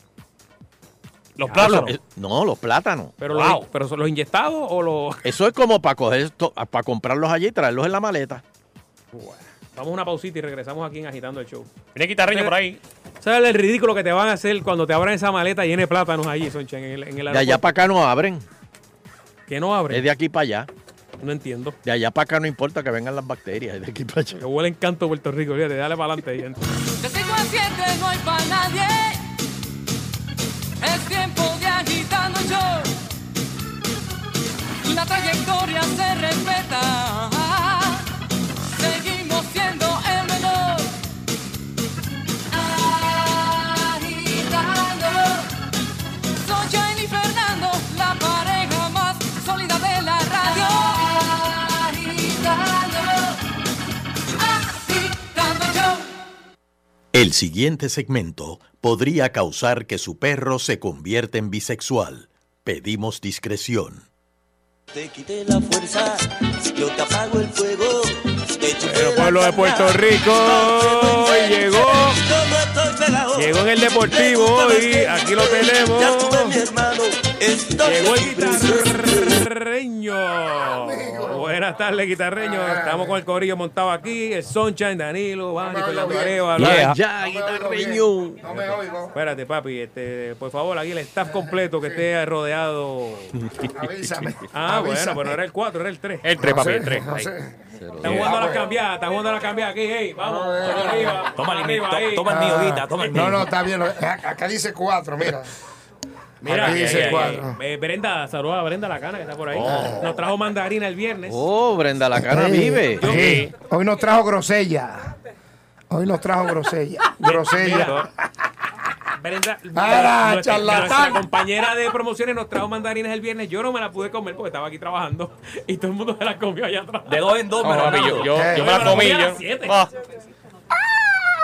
B: Los
H: Eso- eh, no, los plátanos.
B: Pero, los-
H: Wow.
B: pero son los inyectados o los.
H: Eso es como para coger esto- para comprarlos allí y traerlos en la maleta.
B: (laughs) Vamos a una pausita y regresamos aquí en Agitando el Show.
C: Viene guitarreño por ahí.
B: ¿Sabes el ridículo que te van a hacer cuando te abran esa maleta llena de plátanos allí, Sonchen, en el, en el
H: De allá
B: aeropuerto?
H: para acá no abren.
B: pues. Que no abren.
H: Es de aquí para allá.
B: No entiendo.
H: De allá para acá no importa que vengan las bacterias. Es de aquí para allá.
B: Que huele encanto Puerto Rico, fíjate, dale para adelante. gente.
R: Yo estoy consciente, no hay para nadie. Es tiempo de agitando yo. La trayectoria se respeta. Seguimos siendo el menor. Agitando. Soy y Fernando, la pareja más sólida de la radio. Agitando. Agitando yo.
S: El siguiente segmento podría causar que su perro se convierta en bisexual. Pedimos discreción.
T: Te quité la fuerza, yo te apago el fuego.
B: El pueblo de Puerto Rico llegó. Llegó en el Deportivo hoy. Aquí lo tenemos. Llegó el guitarreño. Buenas tardes, guitarreño. Estamos con el corillo montado aquí. El Sunshine, Danilo, Bani, Fernando Arevalo.
H: Yeah.
B: Ya,
H: guitarreño.
U: No me oigo.
B: Espérate, papi. Este, por favor, aquí el staff completo que esté rodeado.
U: Avísame.
B: Ah, bueno,
U: avísame.
B: pero era el 4, era el 3.
C: El 3, papi, el 3.
U: No sé.
B: Está jugando a la cambiada, está jugando a la cambiada aquí, hey, vamos, arriba,
E: Toma el mío,
B: arriba,
E: to-
B: ahí.
E: toma el mío, Guita, toma el mío.
U: Ah. No, no, está bien. lo- Acá dice cuatro, mira.
B: Mira,
U: Aquí
B: eh,
U: dice
B: eh,
U: cuatro.
B: eh, Brenda, saludos a Brenda Lacana que está por ahí.
H: Oh.
B: Nos trajo mandarina el viernes.
H: Oh, Brenda la cara vive.
U: Sí. Hoy nos trajo grosella. Hoy nos trajo grosella.
E: (laughs)
U: grosella.
B: Brenda, nuestra,
U: Para, Ah, charlatán.
B: nuestra compañera de promociones nos trajo mandarinas el viernes. Yo no me la pude comer porque estaba aquí trabajando y todo el mundo se la comió allá atrás.
E: De dos en dos,
C: No,
E: pero
C: papi, yo,
E: Nando.
C: yo-
U: Eh.
C: yo me la comí.
B: a
C: yo-
B: las siete.
C: Ah,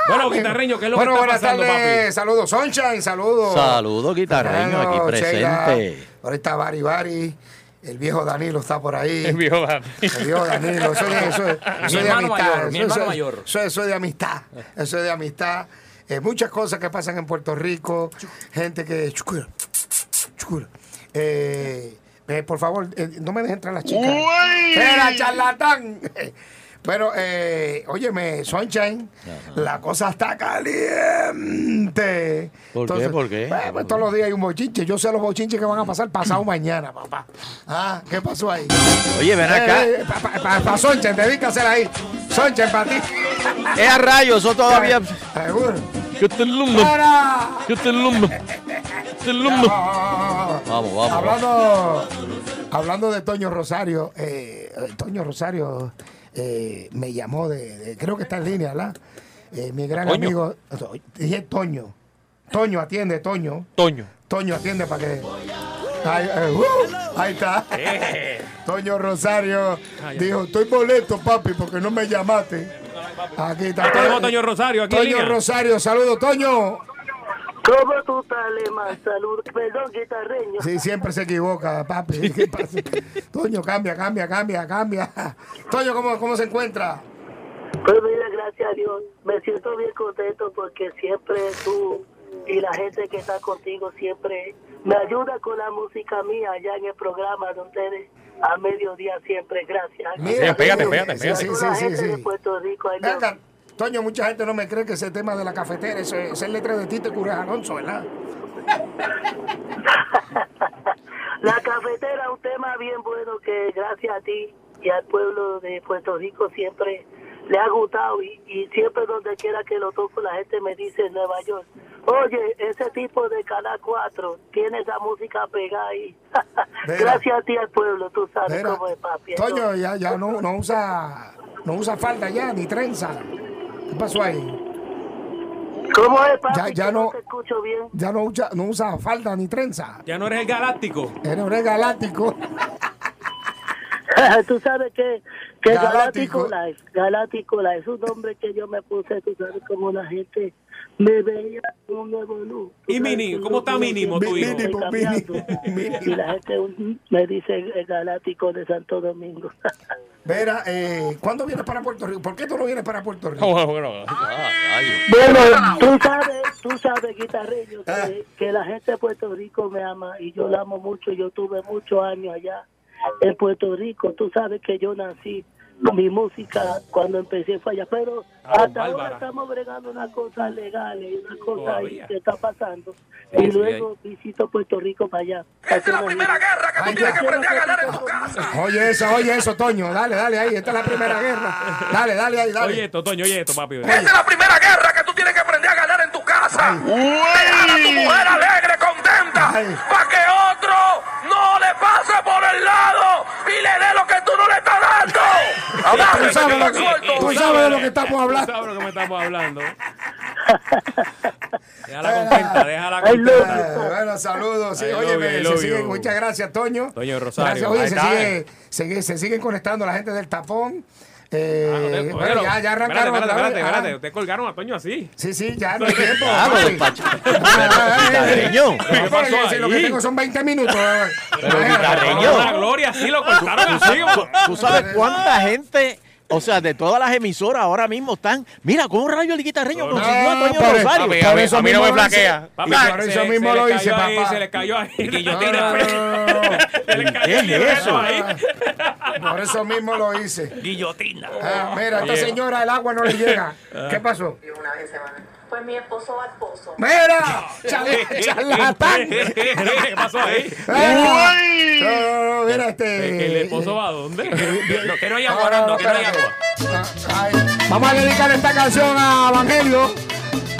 B: Bueno, guitarreño, ¿qué es lo
U: bueno,
B: que está
U: buenas
B: pasando,
U: tardes. Saludos, Sunshine. Saludos.
H: Saludos, guitarreño, aquí
U: Fernando, Sheila.
H: presente.
U: Por ahí está Bari Bari. El viejo Danilo está por ahí.
C: el viejo Dani.
U: El viejo Danilo. Eso es de, eso es- eso es de
E: hermano
U: amistad.
E: mayor,
U: eso,
E: mi
U: es-
E: hermano
U: eso es-
E: mayor.
U: Eso, es- eso es de amistad. Eso es de amistad. Eh, muchas cosas que pasan en Puerto Rico. Gente que. chucura, chucura. Eh, eh, por favor, eh, no me dejen entrar las chicas.
V: Uy.
U: ¡Era charlatán! (laughs) Pero, eh, óyeme, Sunshine, la cosa está caliente.
H: ¿Por qué? ¿Por qué?
U: eh, pues, todos los días hay un bochinche. Yo sé los bochinches que van a pasar pasado mañana, papá. Ah, ¿qué pasó ahí?
H: Oye, ven
U: Eh,
H: acá.
U: eh, pa- pa- pa- pa' Sonchen, dedícasela ahí. Sonchen, para ti.
H: Es a rayos, eso
U: (laughs)
H: todavía.
U: Seguro.
H: Que te
U: Para.
H: que te Vamos, vamos.
U: Hablando, hablando de Toño Rosario, eh, eh, Toño Rosario eh, me llamó de, de- Creo que está en línea, ¿verdad? Eh, mi gran
H: ¿Toño?
U: amigo. Dije Toño. Toño, atiende, Toño.
C: Toño.
U: Toño, atiende para que. Ay, eh, uh, ahí está. Toño Rosario dijo: Estoy boleto, papi, porque no me llamaste. Aquí está.
B: Tenemos a Toño Rosario aquí en
U: Toño
B: línea.
U: Rosario, saludos, Toño.
A: ¿Cómo tú estás, Alemán? Salud, perdón, guitarreño.
U: Sí, siempre se equivoca, papi. ¿Qué pasa? Toño, cambia, cambia, cambia, cambia. Toño, ¿cómo, cómo se encuentra?
A: Pues mira, gracias a Dios, me siento bien contento porque siempre tú y la gente que está contigo siempre me ayuda con la música mía allá en el programa de ustedes a mediodía siempre, gracias.
C: Mira, pégate, pégate,
U: Sí,
C: pégate.
U: sí,
A: La
U: sí,
A: gente
U: sí,
A: de
U: sí.
A: Puerto Rico, ahí
U: Ven
A: me-
U: acá, Toño, mucha gente no me cree que ese tema de la cafetera, eso es, esa es letra de Tito Cureja Alonso, ¿verdad?
A: La cafetera, un tema bien bueno que gracias a ti y al pueblo de Puerto Rico siempre le ha gustado y, y siempre donde quiera que lo toco la gente me dice en Nueva York, oye, ese tipo de Canal 4 tiene esa música pegada ahí. (laughs) gracias a ti al pueblo, tú sabes
U: Vera.
A: cómo es papi.
U: Toño ya, ya no, no usa no usa falda ya, ni trenza. ¿Qué pasó ahí?
A: ¿Cómo es papi?
U: Ya, ya
A: Que
U: no,
A: te escucho bien.
U: ya no usa, no usa falda ni trenza.
B: Ya no eres el galáctico.
U: Eres un
A: (laughs)
U: galáctico.
A: tú sabes que, que Galáctico
U: Galáctico.
A: Life, Galáctico Life, es un nombre que yo me puse, tú sabes como la gente me veía como un nuevo luz. Tú
B: Y
A: sabes
B: mínimo,
A: que
B: ¿cómo
A: yo
B: está
A: siempre
B: mínimo tu hijo?
A: estoy cambiando. Y la gente un- me dice el Galáctico de Santo Domingo.
U: (laughs) Vera, eh, ¿cuándo vienes para Puerto Rico? ¿Por qué tú no vienes para Puerto Rico?
C: Bueno, bueno. Ah, rayos.
A: Bueno, tú sabes, tú sabes, guitarreño, que, que la gente de Puerto Rico me ama y yo la amo mucho. Yo tuve muchos años allá en Puerto Rico. Tú sabes que yo nací, mi música cuando empecé fue allá. Pero
V: Ah,
A: hasta ahora
V: Bárbara.
A: estamos bregando unas cosas legales, y unas cosas ahí
V: Todavía.
A: que está pasando.
V: Sí, sí,
A: y luego visito Puerto Rico para allá. Es la primera guerra que
U: Oye eso, oye eso, Toño. Dale, dale ahí. Esta es la primera guerra. Dale, dale ahí, dale.
B: Oye esto, Toño, oye esto, papi.
Q: Dejar a tu mujer alegre, contenta, para que otro no le pase por el lado y le dé lo que tú no le estás dando.
U: Tú sabes lo que- tú sabes de lo que estamos hablando.
B: Tú sabes de lo que me estamos hablando. Déjala contenta,
U: (laughs)
B: déjala
U: Eh,
B: contenta.
U: bueno, saludos. Sí,
B: I love
U: oye,
B: you,
U: me-
B: I
U: se
B: love
U: siguen-
B: you.
U: muchas gracias, Toño.
B: Toño Rosario.
U: Gracias. Oye,
B: Ahí
U: se,
B: está,
U: sigue- sigue- se siguen conectando la gente del tapón. Eh,
B: Ustedes-
U: bueno,
B: Ah, pero-
U: ya, ya arrancaron.
B: Espérate,
U: otra vez.
B: espérate, espérate.
U: Ah,
B: Ustedes colgaron a Toño así.
U: Sí, sí, ya no hay tiempo.
H: Ah,
U: papi.
H: pero, Guitarreño.
U: Pero,
B: ¿Qué pasó
U: que si lo que
B: ahí?
U: tengo son 20 minutos. eh.
H: Pero
B: La
H: Guitarreño.
B: gloria sí lo cortaron así.
H: ¿Tú, tú sabes cuánta gente, o sea, de todas las emisoras ahora mismo están. Mira, ¿cómo rayo el guitarreño consiguió a Toño
U: pero-
H: Rosario?
C: Papi, a mí- a mí no me flaquea.
U: Papi, por eso mismo lo hice,
B: papá.
U: papá.
B: Se le cayó ahí. Y yo
U: No, no, no, no, no.
H: ¿Qué es eso?
U: Por eso mismo lo hice.
D: Guillotina.
U: Ah, mira, esta
D: Oye.
U: señora el agua no le llega.
B: Ah.
U: ¿Qué pasó?
W: Pues mi esposo va al pozo.
B: (laughs)
U: ¡Mira! Chala- ¡Charlatán!
B: ¿Qué pasó ahí?
U: Ah, no, no, no, mira, este.
B: ¿El esposo va a dónde?
D: No, que no hay
U: No,
D: agua,
U: no,
D: Nando,
U: no,
D: que no hay
U: espérate.
D: agua.
U: Ay, Vamos a dedicar esta canción a Evangelio.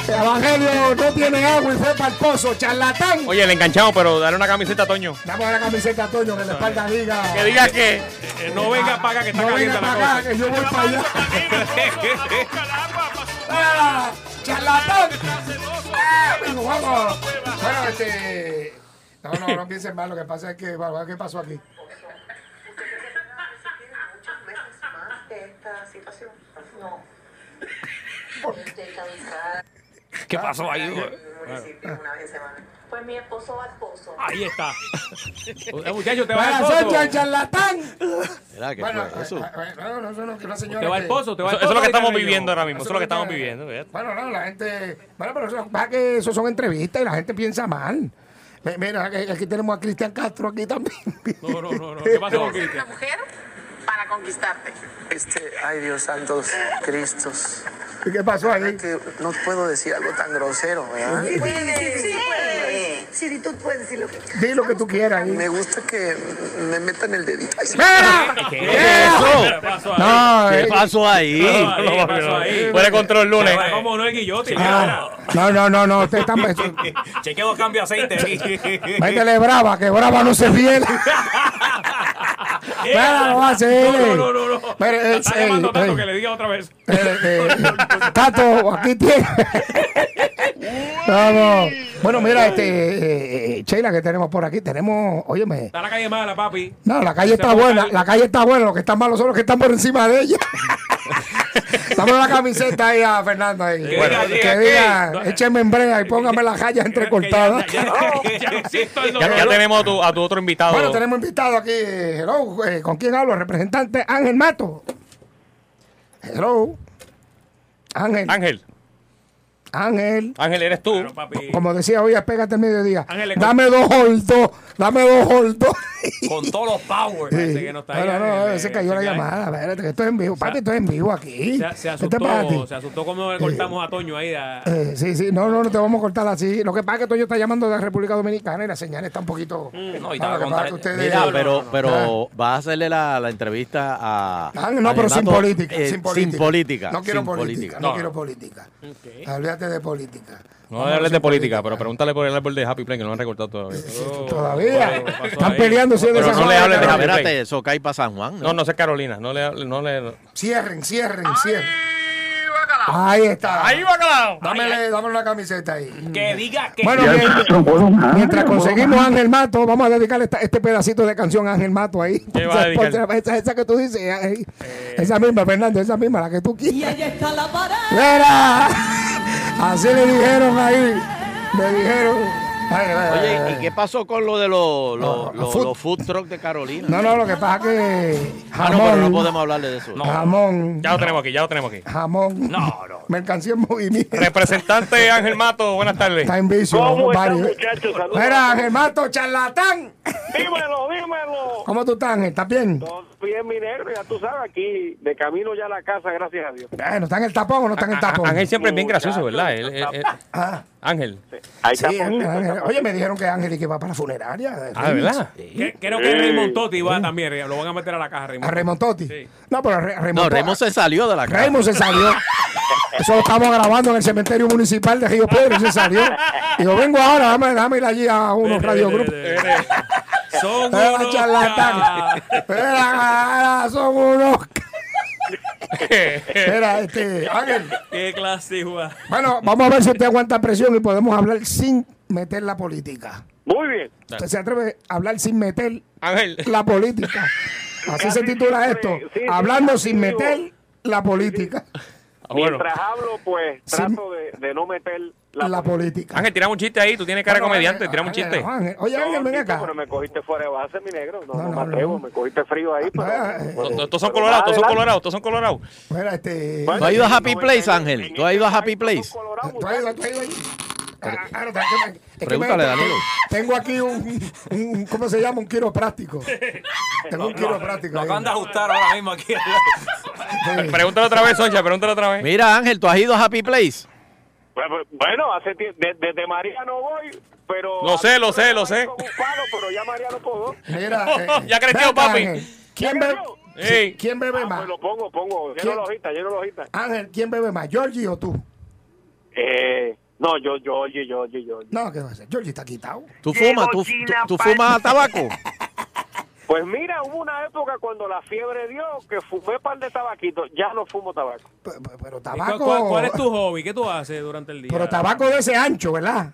U: Evangelio no tiene agua y fue para el pozo, charlatán.
C: Oye, le enganchamos, pero dale una camiseta a Toño.
U: Damos la camiseta a Toño que la espalda diga.
C: Que diga que.
B: Eh, No venga para acá que está
U: No venga
B: caliente la
U: para
B: cosa.
U: acá, que yo voy
Q: (laughs)
U: para allá. ¡Ah! ¡Charlatán! ¡Ah, amigo, vamos! Bueno, este. No, no, no piensen mal. Lo que pasa es que. bueno, ¿Qué pasó aquí?
W: Esta situación. No.
D: ¿Qué pasó ahí? güey?
W: Pues mi esposo va al pozo.
B: Ahí está. Eh, Muchacho, te va
U: ¡Para
B: al
U: soy
B: pozo.
U: el charlatán!
H: Mira, ¿qué
U: Bueno,
H: fue eso?
U: eh, eh, no, no, no, no, que una señora
B: Te va
U: que-
B: al pozo, te va al
C: Eso,
B: pozo.
C: eso es lo que estamos
B: Guitarreño.
C: viviendo ahora mismo. Eso es lo que estamos viviendo. fíjate.
U: Bueno, no, la gente. Bueno, pero eso, pasa que eso son entrevistas y la gente piensa mal. Mi- Mira, aquí aquí tenemos a Cristian Castro aquí también.
B: No, no, no, no. ¿Qué pasó con Cristian?
W: mujer para conquistarte.
X: Este, ay Dios santos, Cristos.
U: ¿Qué pasó ahí?
X: Que no puedo decir algo tan grosero, ¿verdad?
W: Sí, puedes, sí, puedes. Sí, tú puedes decir lo que quieras.
U: Di lo que tú quieras. ahí.
X: Me gusta que me metan el dedito. Ay, sí.
U: ¡Mira!
B: ¿Qué pasó ahí?
H: No, ¿Qué
U: eh,
H: pasó ahí?
B: No, no, pasó ahí?
C: Fuera de control lunes.
B: Ya, Como no es guillote.
U: Ah, no, no, no, no,
B: (laughs)
U: usted está.
D: Chequea dos cambios de aceite.
U: Métele brava, que brava no se fiel. Mira, lo hace.
B: No, no, no, no.
U: Mira,
B: La
U: es
B: está
U: él,
B: llamando tanto (laughs)
U: eh.
B: que le diga otra vez.
U: Eh, eh, Tato, aquí tiene. Vamos. Bueno, mira, este, eh, eh, Sheila, que tenemos por aquí, tenemos, óyeme,
B: Está la calle mala, papi.
U: no, la calle
B: Se
U: está
B: fue
U: buena,
B: calle.
U: la calle está buena, los que están malos son los que están por encima
B: (laughs)
U: de ella. Dame la camiseta ahí a Fernando ahí.
B: Que
U: Bueno,
B: diga,
U: que
B: diga,
U: diga,
B: que-
U: échenme en brea y póngame las rayas entrecortadas.
C: Ya, ya tenemos a tu, a tu otro invitado.
U: Bueno, tenemos invitado aquí. Hello, eh, ¿con quién hablo? Representante Ángel Mato. Hello. Ángel.
C: Ángel.
U: Ángel.
C: Ángel, eres tú.
U: Como decía hoy, pégate el mediodía.
C: Ángel, le-
U: dame dos holdos. Dame dos holdos.
B: (laughs) Con todos los powers. Parece que no está ahí.
U: Pero no,
B: Ángel,
U: se
B: eh,
U: cayó la
B: se cae.
U: llamada. Espérate, que estoy en vivo. Papi, estoy en vivo aquí.
B: Se, se
U: ¿Qué te pasa a ti?
B: asustó, se asustó como le cortamos a Toño ahí. a-
U: Eh, sí, sí, no, no, no te vamos a cortar así. Lo que pasa es que Toño está llamando de la República Dominicana y la señal está un poquito.
B: Mm, no,
U: Ah, lo que pasa es que ustedes-
H: Mira, pero, pero vas a hacerle la, la entrevista a.
U: Ah, no,
H: a
U: pero sin
H: Renato,
U: política,
H: eh,
U: sin política.
H: Sin política.
U: No quiero
H: sin
U: política, no, quiero política. Olvídate de política.
C: No hables de política, pero pregúntale por el árbol de Happy Play que no lo han recortado todavía.
U: Todavía.
C: Oh, pasó
U: Están
C: ahí.
U: peleando si es de
C: Pero
U: San
C: no
U: Juan.
C: le hables de Happy
H: Espérate,
C: Play.
H: eso cae para San Juan.
C: No, no sé Carolina. No le hable- no le.
U: Cierren, cierren, cierren. Ahí está.
C: Ahí bacalao.
U: Dámele, dámele una camiseta ahí.
B: Que diga que.
U: Bueno, mien- mientras conseguimos a Ángel Mato, vamos a dedicarle esta- este pedacito de canción a Ángel Mato ahí.
Q: ¿Qué
U: (laughs)
Q: va a dedicar?
U: Por- por- esa, esa que tú dices, eh, ahí. esa misma, Fernando, esa misma, la que tú quieras.
R: Y ella está la parada.
U: ¡Mira! Así le dijeron ahí. Le dijeron. Ay, ay, ay,
H: Oye,
U: ay.
H: ¿y qué pasó con lo de los los- los-
U: food-
H: los food trucks de Carolina?
U: No, no, lo que pasa es que.
H: Ah,
U: Jamón.
H: no, pero no podemos hablarle de eso.
U: Jamón.
C: Ya lo tenemos aquí, ya lo tenemos aquí.
U: Jamón.
C: No, no.
U: Mercancía en movimiento.
C: Representante Ángel Mato, buenas tardes.
U: Está en vicio. eh,
C: ¿Cómo están,
U: varios.
C: muchachos? Saludos.
U: Mira, Ángel Mato, charlatán.
N: Dímelo, dímelo.
U: ¿Cómo tú estás, Ángel? ¿Estás bien?
N: Bien, mi negro, ya tú sabes, aquí de camino ya a la casa, gracias a Dios.
U: Bueno, ¿está en el tapón o Eh, no está en el tapón?
C: Ángel siempre es bien gracioso, ¿verdad? Él- él- él-
U: Ah.
C: Ángel.
U: Sí, Ángel, Ángel. Oye, me dijeron que Ángel y que va para la funeraria.
C: Ah, ¿verdad?
B: Que- Creo que
U: Sí.
B: Raymond Totti va también. eh, Lo van a meter a la caja, Raymond.
U: A Raymond Totti. No, pero Re- Raymond,
H: No, Raymond se salió de la casa.
B: (laughs)
U: Raymond se salió. Eso lo estamos grabando en el cementerio municipal de Río Pedro y se salió. Y yo vengo ahora, dame, dame ir allí a unos radiogrupos.
B: Son
U: Era
B: unos
U: charlatán. Era, era, son unos. Era, este, Ángel.
B: Qué clase, hijo.
U: Bueno, vamos a ver si usted aguanta presión y podemos hablar sin meter la política.
N: Muy bien.
U: Usted se atreve a hablar sin meter
C: Ángel.
U: la política. Así se titula esto. Hablando sin meter la política.
N: Mientras hablo, pues trato de, Ah, de no meter
U: La, política.
C: Ángel, tirame un chiste ahí. Tú tienes cara de comediante. Tirame un chiste.
U: Ángel, oye, Ángel, ven acá.
N: Pero me cogiste fuera de base, mi negro. No, no, me atrevo, me cogiste frío ahí. Pero,
C: Ah, eh. Todos son colorados, todos son colorados, todos son colorados.
U: Mira, este.
H: ¿Tú has ido a Happy Place, Ángel? ¿Tú has ido a
N: este
H: Happy Place?
U: Tú has ido- tú has ido ahí. Ah, ah, no, es que me- es que me-
H: Pregúntale, Danilo.
U: Tengo aquí un, un- ¿Cómo se llama? Un quiropráctico. Tengo un quiropráctico.
B: Lo
U: ahí.
B: acaban de ajustar ahora mismo aquí.
C: Eh, Pregúntale otra vez, Soncha, pregúntale otra vez.
H: Mira, Ángel, ¿tú has ido a Happy Place?
N: Bueno, pues, Bueno, hace tie- de- desde María no voy, pero.
C: Lo sé, lo sé, lo sé.
U: Mira,
C: (laughs)
U: eh,
C: Ya creció,
U: ven acá,
C: papi.
U: Ángel. ¿Quién, bebe- Sí, ¿Quién bebe más?
N: Lo pongo, pongo. Lleno
U: ¿Quién?
N: la hojita, lleno la hojita.
U: Ángel, ¿quién bebe más? ¿Georgie o tú?
N: Eh, no, yo, yo, yo, yo, yo, yo.
U: No, ¿qué va a ser? Georgie está quitado.
H: ¿Tú fumas? ¿Tú, tú- tú
N: (laughs)
H: fumas tabaco?
N: Pues mira, hubo una época cuando la fiebre dio que fumé par de tabaquitos. Ya no fumo tabaco.
U: Pero
B: ¿Cuál, cuál-
U: Oh.
B: cuál es tu hobby? ¿Qué tú haces durante el día?
U: Pero tabaco de ese ancho, ¿verdad?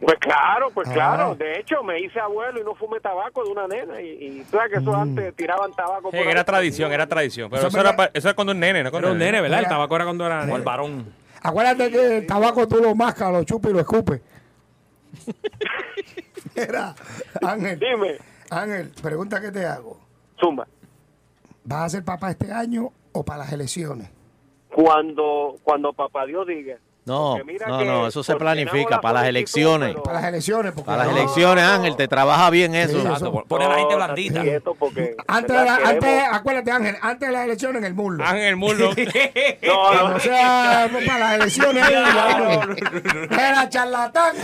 N: Pues claro, pues
U: Ah.
N: claro. De hecho, me hice abuelo y no fumé tabaco de una nena. Y, y tú sabes que eso antes tiraban tabaco.
C: Sí,
N: por
C: era
N: ahí.
C: tradición, era tradición. Pero eso era, pa- eso era cuando un nene, ¿no? Cuando
B: Era un nene, ¿verdad? El
C: Mira.
B: tabaco era cuando era nene. O el varón.
U: Acuérdate que el tabaco tú lo mascas, lo chupas y lo escupes. Mira, Ángel.
N: Dime.
U: Ángel, pregunta que te hago.
N: Zumba.
U: ¿Vas a ser papá este año o para las elecciones?
N: Cuando, cuando papá Dios diga.
H: No,
N: Porque mira
H: no,
N: que
H: no, eso se
N: porque
H: planifica
N: tenemos
H: para las elecciones.
U: Para las elecciones. Porque
H: Para las
U: no-
H: elecciones, Ángel, te trabaja bien eso.
N: Pone la gente blandita.
U: Antes, de la- antes, acuérdate, Ángel, antes de las elecciones en el muslo.
C: Ángel, el
U: (laughs)
C: muslo.
U: no, no. O sea, para las
T: (laughs)
U: elecciones.
B: (laughs)
U: Era charlatán.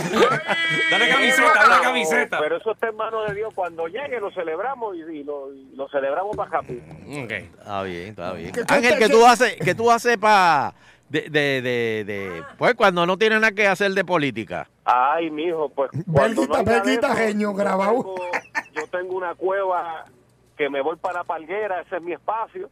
B: Dale camiseta, dale camiseta.
N: Pero eso está en manos de Dios. Cuando llegue lo celebramos y, y lo, y lo celebramos para Happy.
H: Está bien, está bien.
N: ¿Qué- qué-
H: Ángel, ¿qué
N: qué-
H: tú haces, qué tú haces para... De, de, de, de-
N: Ah.
H: pues cuando no tienes nada que hacer
C: (laughs)
H: de política.
N: Ay, mijo, pues cuando
U: Belguita,
N: no hay nada de
U: Belguita,
N: eso,
U: genio,
N: yo
U: grabado.
N: tengo- Yo tengo una cueva que me voy para Palguera, ese es mi espacio.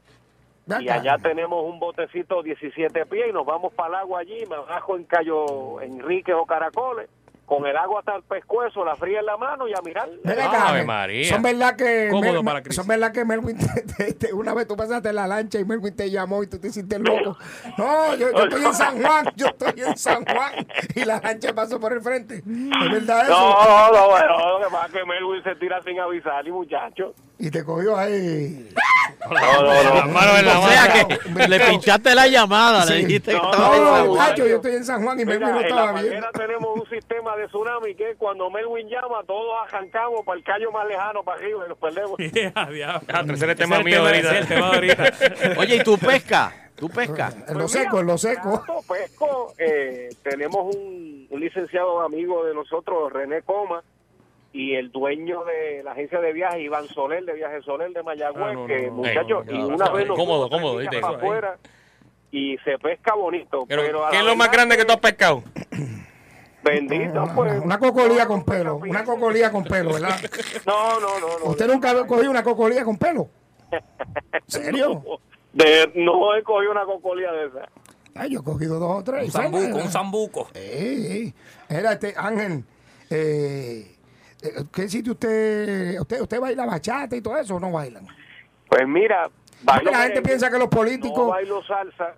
N: Y allá tenemos un botecito 17 pies y nos vamos para el agua allí, me bajo en Cayo Enrique o Caracoles, con el agua hasta el pescuezo, la fría en la mano y a mirar.
U: Ven acá, Mel. Son verdad que. Mel- son verdad que Melwin. te- te- te- una vez tú pasaste la lancha y Melwin te llamó y tú te hiciste loco. No, yo, yo estoy en San Juan. Yo estoy en San Juan. Y la lancha pasó por el frente. Es verdad eso.
N: No, no, bueno, lo que pasa es que Melwin se tira sin avisar, y muchacho.
U: Y te cogió ahí.
N: No, no, no.
H: Las manos en la
U: O sea
H: mano.
U: que-
H: Le pinchaste la llamada, le dijiste que
U: No,
H: estaba en
U: no,
H: San Juan.
U: muchacho, yo estoy en San Juan y
N: Mira,
U: Melwin no
N: en
U: estaba
N: la
U: bien.
N: manguera tenemos un sistema de tsunami que cuando Melwin llama, todos arrancamos para el callo más lejano, para arriba y nos (laughs) perdemos.
C: tercer
N: Ese
C: tema
N: es el
C: mío
N: tema,
C: ahorita.
N: ese es el tema
H: (laughs)
N: ahorita.
H: Oye, ¿y tú pescas? ¿Tú pescas?
N: Eh,
U: En lo seco, en lo seco.
N: Ah, Pesco, eh, tenemos un, un licenciado amigo de nosotros, René Coma, y el dueño de la agencia de viajes, Iván Soler, de Viajes Soler de Mayagüez, que muchachos,
C: Ey,
N: y
C: no,
N: una
C: no,
N: vez nos
C: Cómodo,
N: fuimos
C: cómodo, ¿viste?
N: para afuera y se pesca bonito. Pero,
C: Pero,
N: a
C: ¿Qué
N: la
C: es lo más
N: verdad,
C: grande que tú has
N: (coughs)
C: pescado?
N: Bendito, pues.
U: Una cocolía con pelo. Una cocolía con pelo, ¿verdad?
N: No, no, no. no
U: ¿Usted nunca ha cogido una cocolía con pelo? ¿En serio?
N: (laughs) De, no he cogido una cocolía de esa.
U: Ay, yo he cogido dos o tres.
N: Un zambuco, un
U: zambuco. Eh, eh. Era este, Ángel, eh, eh, ¿qué sitio usted, usted, usted baila bachata y todo eso o no bailan?
N: Pues mira, bailo
U: Porque la gente
N: merengue,
U: piensa que los
N: no
U: políticos...
N: bailo salsa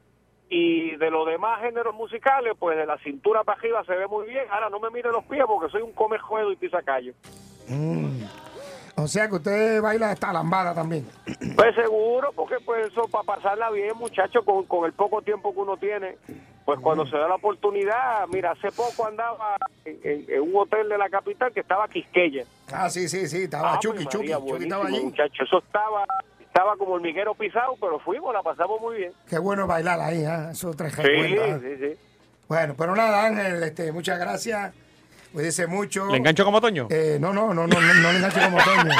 N: y de los demás géneros musicales, pues de la cintura para arriba se ve muy bien. Ahora no me mire los pies porque soy un come juego y pisacayo.
U: Mm. O sea que usted baila esta lambada también.
N: Pues seguro, porque pues eso para pasarla bien, muchachos, con, con el poco tiempo que uno tiene, pues cuando se da la oportunidad, mira, hace poco andaba en, en- en un hotel de la capital que estaba Quisqueya.
U: Ah, sí, sí, sí, estaba
N: Ah,
U: Chucky,
N: María,
U: Chucky, Chucky
N: buenísimo,
U: estaba allí.
N: muchacho. Eso estaba, estaba como el miguero pisado, pero fuimos, la pasamos muy bien.
U: Qué bueno bailar ahí, ¿eh? Eso ah. tres
N: Sí, sí, sí.
U: Bueno, pero nada, Ángel, este, muchas gracias. Cuídese mucho.
C: ¿Le engancho como Toño?
U: Eh, no, no, no, no, no, no le enganche como Toño.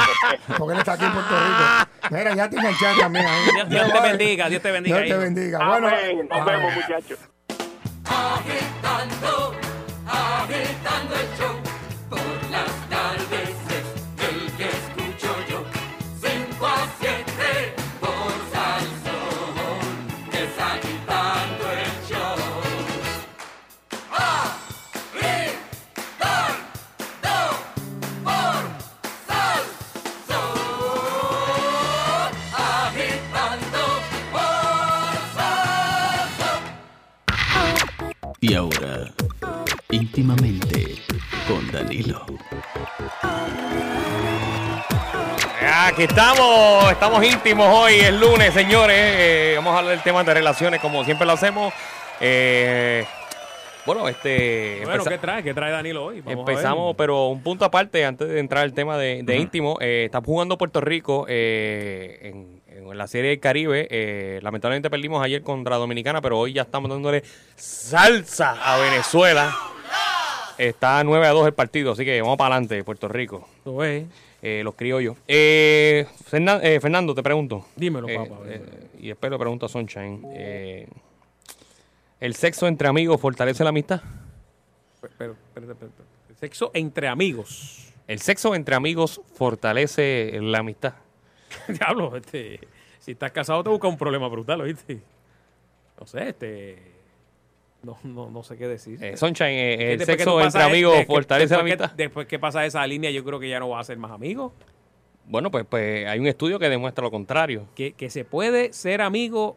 U: Porque él está aquí en Puerto Rico. Mira, ya te enganchaste también. ahí.
B: Dios, Dios te bendiga, Dios te bendiga.
U: Dios te
B: hijo.
U: bendiga.
B: Amén.
U: Bueno,
B: Ah, Nos vemos, muchachos.
R: Agitando, agitando el show por las tardes es el que escucho yo. 5 a 7 por Salsón, es agitando el show. Agitando por Salsón, agitando por Salsón.
G: Y ahora, íntimamente con Danilo.
C: Aquí estamos, estamos íntimos hoy, es lunes, señores. Eh, vamos a hablar del tema de relaciones, como siempre lo hacemos. Eh, bueno, este.
B: Bueno,
C: empeza-
B: ¿qué trae? ¿Qué trae Danilo hoy? Vamos a ver.
C: Empezamos, pero un punto aparte, antes de entrar al tema de, de íntimo, eh, está jugando Puerto Rico eh, en, en la Serie del Caribe. eh, lamentablemente perdimos ayer contra Dominicana, pero hoy ya estamos dándole salsa a Venezuela. Está 9 a 2 el partido, así que vamos para adelante, Puerto Rico. Eh, los criollos. Eh, Fernan- eh, Fernando, te pregunto.
B: Dímelo,
C: Eh,
B: papá,
C: eh, y después le pregunto a Sunshine. eh, ¿El sexo entre amigos fortalece la amistad?
B: Pero, espérate, espérate, espérate. Sexo entre amigos.
C: ¿El sexo entre amigos fortalece la amistad?
B: (laughs) Diablo, este, si estás casado te busca un problema brutal, ¿oíste? No sé, este... No, no, no sé qué decir.
C: Eh, Sunshine, eh,
B: Es que
C: el
B: después que
C: sexo
B: tú
C: entre
B: pasas-
C: amigos
B: después que-
C: fortalece la
B: después que-
C: amistad.
B: después que pasa esa línea, yo creo que ya no vas a ser más amigos.
C: Bueno, pues, pues hay un estudio que demuestra lo contrario.
B: Que, que se puede ser amigo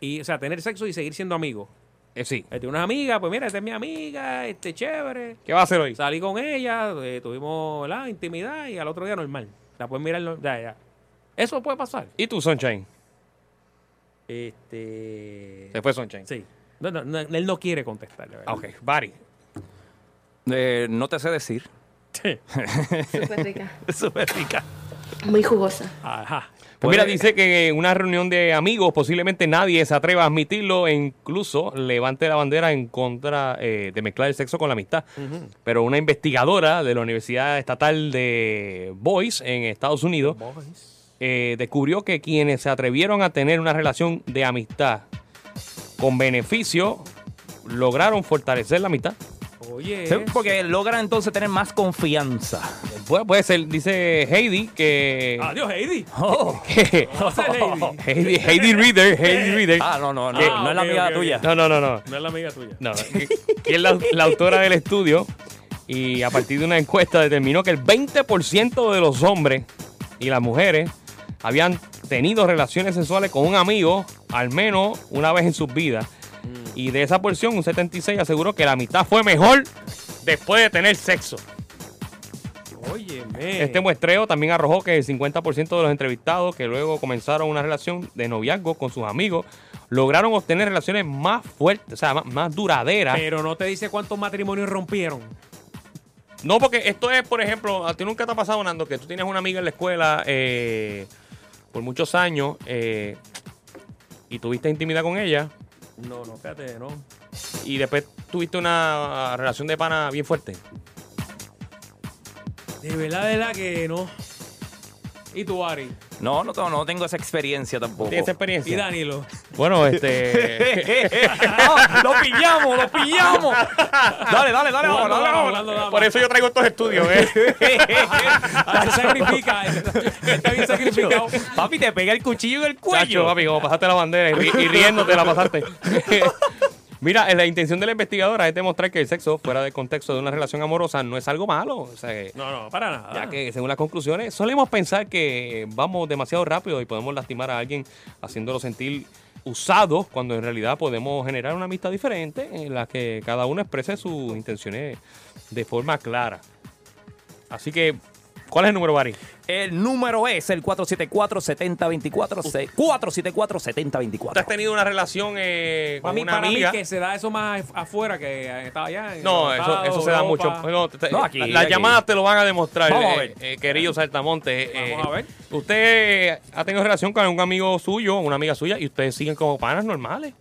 B: y, o sea, tener sexo y seguir siendo amigo.
C: Eh, sí.
B: Este, unas amigas, pues mira, esta es mi amiga, este, chévere.
C: ¿Qué va a hacer hoy?
B: Salí con ella, eh, tuvimos la intimidad y al otro día normal. La puedes mirar, no- ya, ya. Eso puede pasar.
C: ¿Y tú, Sunshine?
B: Este.
C: Se fue Sunshine.
B: Sí. No, no, no, él no quiere contestar, la verdad.
C: Ok, Barry.
D: Eh, no te sé decir.
B: Súper
D: rica. (laughs) Súper rica.
K: Muy jugosa.
B: Ajá.
C: Pues mira, dice que en una reunión de amigos posiblemente nadie se atreva a admitirlo e incluso levante la bandera en contra eh, de mezclar el sexo con la amistad. Pero una investigadora de la Universidad Estatal de Boise en Estados Unidos eh, descubrió que quienes se atrevieron a tener una relación de amistad con beneficio lograron fortalecer la amistad.
B: Oye.
E: Sí, Porque logra entonces tener más confianza.
C: Puede, Pues puede ser, dice Heidi (laughs) que.
B: Adiós, Heidi.
E: Oh.
C: que- Heidi, Heidi
E: (laughs)
C: Reader, Heidi Reader.
E: Ah, no, no, no,
C: que-
E: no es la
B: Eh. ok,
E: amiga
B: ok,
E: tuya.
C: No, no, no, no.
B: No es la amiga tuya.
C: No, que, que es la, la autora del estudio y a partir de una encuesta determinó que el 20% de los hombres y las mujeres habían tenido relaciones sexuales con un amigo al menos una vez en sus vidas. Y de esa porción, un 76 aseguró que la mitad fue mejor después de tener sexo.
B: Óyeme.
C: Este muestreo también arrojó que el 50% de los entrevistados que luego comenzaron una relación de noviazgo con sus amigos lograron obtener relaciones más fuertes, o sea, más, más duraderas.
B: Pero no te dice cuántos matrimonios rompieron.
C: No, porque esto es, por ejemplo, a ti nunca te ha pasado, Nando, que tú tienes una amiga en la escuela eh, por muchos años eh, y tuviste intimidad con ella
B: No, no, espérate, no.
C: y después tuviste una relación de pana bien fuerte.
B: De verdad, de verdad que no. ¿Y tú, Ari?
E: No, no, tengo- no tengo esa experiencia tampoco.
C: ¿Tienes experiencia?
B: ¿Y Danilo?
E: (laughs)
C: Bueno, este...
E: No, ¡Lo pillamos, lo pillamos! Dale, dale, dale, vamos,
B: Jugando
E: dale,
B: dama,
E: vamos.
B: jugando dama.
C: Por eso yo traigo estos estudios, ¿eh?
B: Ah, se sacrifica. Está bien sacrificado.
E: Papi, te pega el cuchillo en el
C: Chacho,
E: cuello.
C: papi, como pasaste la bandera (laughs) y, ri- y riéndote la pasaste. (laughs) Mira, eh, la intención de la investigadora es demostrar que el sexo fuera del contexto de una relación amorosa no es algo malo. O sea, que-
B: No, no, para nada.
C: ya que según las conclusiones solemos pensar que vamos demasiado rápido y podemos lastimar a alguien haciéndolo sentir usados cuando en realidad podemos generar una amistad diferente en la que cada uno exprese sus intenciones de forma clara. Así que, ¿cuál es el número, Barry?
E: El número es el 474-7024. se- 474-7024.
C: ¿Has tenido una relación eh, con
B: Para mí,
C: una
B: para mí
C: amiga?
B: que se da eso más af- afuera que eh, estaba allá. en
C: No,
B: Estados
C: eso,
B: Unidos,
C: eso se da
B: Europa.
C: mucho. No, te- te-
B: No, aquí,
C: las
B: aquí.
C: llamadas te lo van a demostrar,
B: Vamos a
C: eh,
B: ver.
C: eh, querido Saltamonte. eh,
B: Vamos a ver.
C: Usted ha tenido relación con un amigo suyo, una amiga suya, y ustedes siguen como panas normales.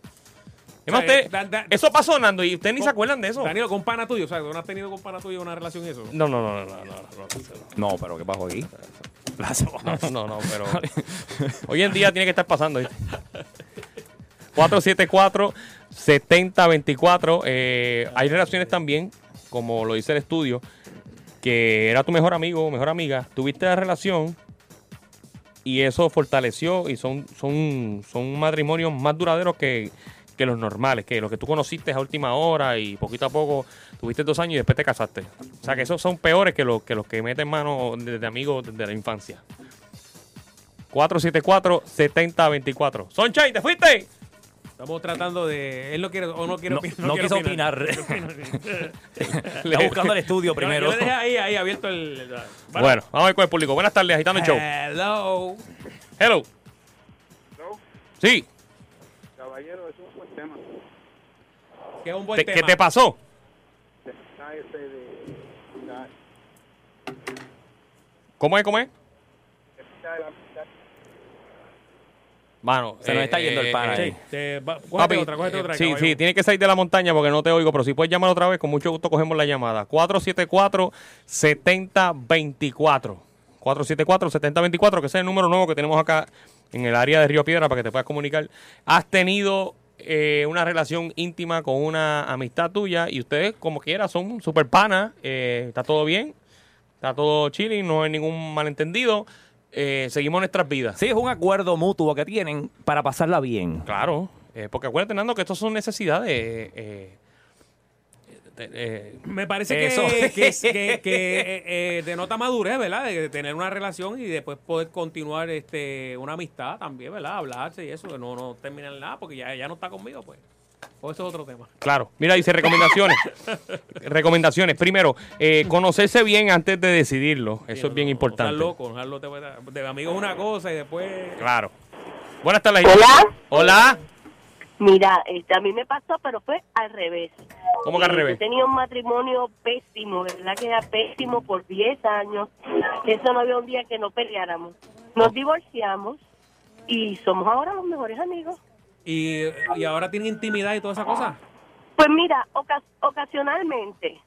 C: Es más,
B: O sea,
C: usted-
B: da- da-
C: eso pasó, Nando, y ustedes ni se acuerdan de eso.
B: Danilo, con pana tuyo, o sea, ¿tú no has tenido con pana tuyo una relación eso?
C: No, no, no, no, no, no, no.
E: No, pero ¿qué pasó aquí? (laughs)
C: No, no, no, pero hoy en día tiene que estar pasando. ¿viste? 474 7024. Eh, hay relaciones también, como lo dice el estudio, que era tu mejor amigo o mejor amiga. Tuviste la relación y eso fortaleció y son, son, son matrimonios más duraderos que, que los normales, que los que tú conociste a última hora y poquito a poco tuviste dos años y después te casaste. O sea que esos son peores que los que, los que meten mano desde amigos desde la infancia. 474-7024. Sonchai, ¿te fuiste?
B: Estamos tratando de. Él no quiere o no quiere
E: No,
B: opinar.
E: no
B: quiere
E: quiso opinar. Está buscando el estudio primero.
B: Yo le dejé ahí, ahí abierto el. el-
C: Bueno, vamos a ver con el público. Buenas tardes, Agitando el Show.
E: Eh.
B: Hello.
C: Hello. Sí,
F: Caballero, eso es un buen tema.
B: Que es un buen
C: ¿Te-
B: tema.
C: ¿qué te pasó?
F: Cállese de... la-
C: ¿Cómo es? ¿Cómo es?
F: la- la-
C: Mano,
E: Se nos está yendo el pana ahí.
B: Te, va, cógete
C: Eh, Papi,
B: otra, cógete
C: eh,
B: otra.
C: sí,
B: caballo.
C: sí, tiene que salir de la montaña porque no te oigo, pero si puedes llamar otra vez, con mucho gusto cogemos la llamada. 474-7024. 474-7024, que ese es el número nuevo que tenemos acá en el área de Río Piedra para que te puedas comunicar. Has tenido eh, una relación íntima con una amistad tuya y ustedes, como quiera, son super panas. eh, está todo bien, está todo chilling, no hay ningún malentendido. eh, seguimos nuestras vidas.
E: Sí, es un acuerdo mutuo que tienen para pasarla bien.
C: Claro, eh, porque acuérdate, Nando, que estos son necesidades. eh, eh, eh, eh,
B: Me parece que,
C: Eso.
E: (laughs)
C: (laughs)
B: que, es- que- que, eh, eh, denota madurez, ¿verdad? De tener una relación y después poder continuar este una amistad también, ¿verdad? Hablarse y eso, que no, no terminar nada porque ya, ya no está conmigo, pues. O eso es otro tema.
C: claro. Mira, dice
B: (laughs)
C: recomendaciones. recomendaciones. Primero, eh, conocerse bien antes de decidirlo. Eso es bien importante.
B: Estás loco, dejarlo te- de amigos una cosa y después.
C: Claro. Buenas tardes.
I: Hola.
C: Hola.
I: Mira, este, a mí me pasó, pero fue al revés.
C: ¿Cómo que al
I: Eh,
C: revés?
I: Yo tenía un matrimonio pésimo, de ¿verdad? Que era pésimo por 10 años. Eso no había un día que no peleáramos.
C: Oh.
I: Nos divorciamos y somos ahora los mejores amigos.
B: Y, y ahora tiene intimidad y toda esa cosa.
I: Pues mira, ocas- ocasionalmente,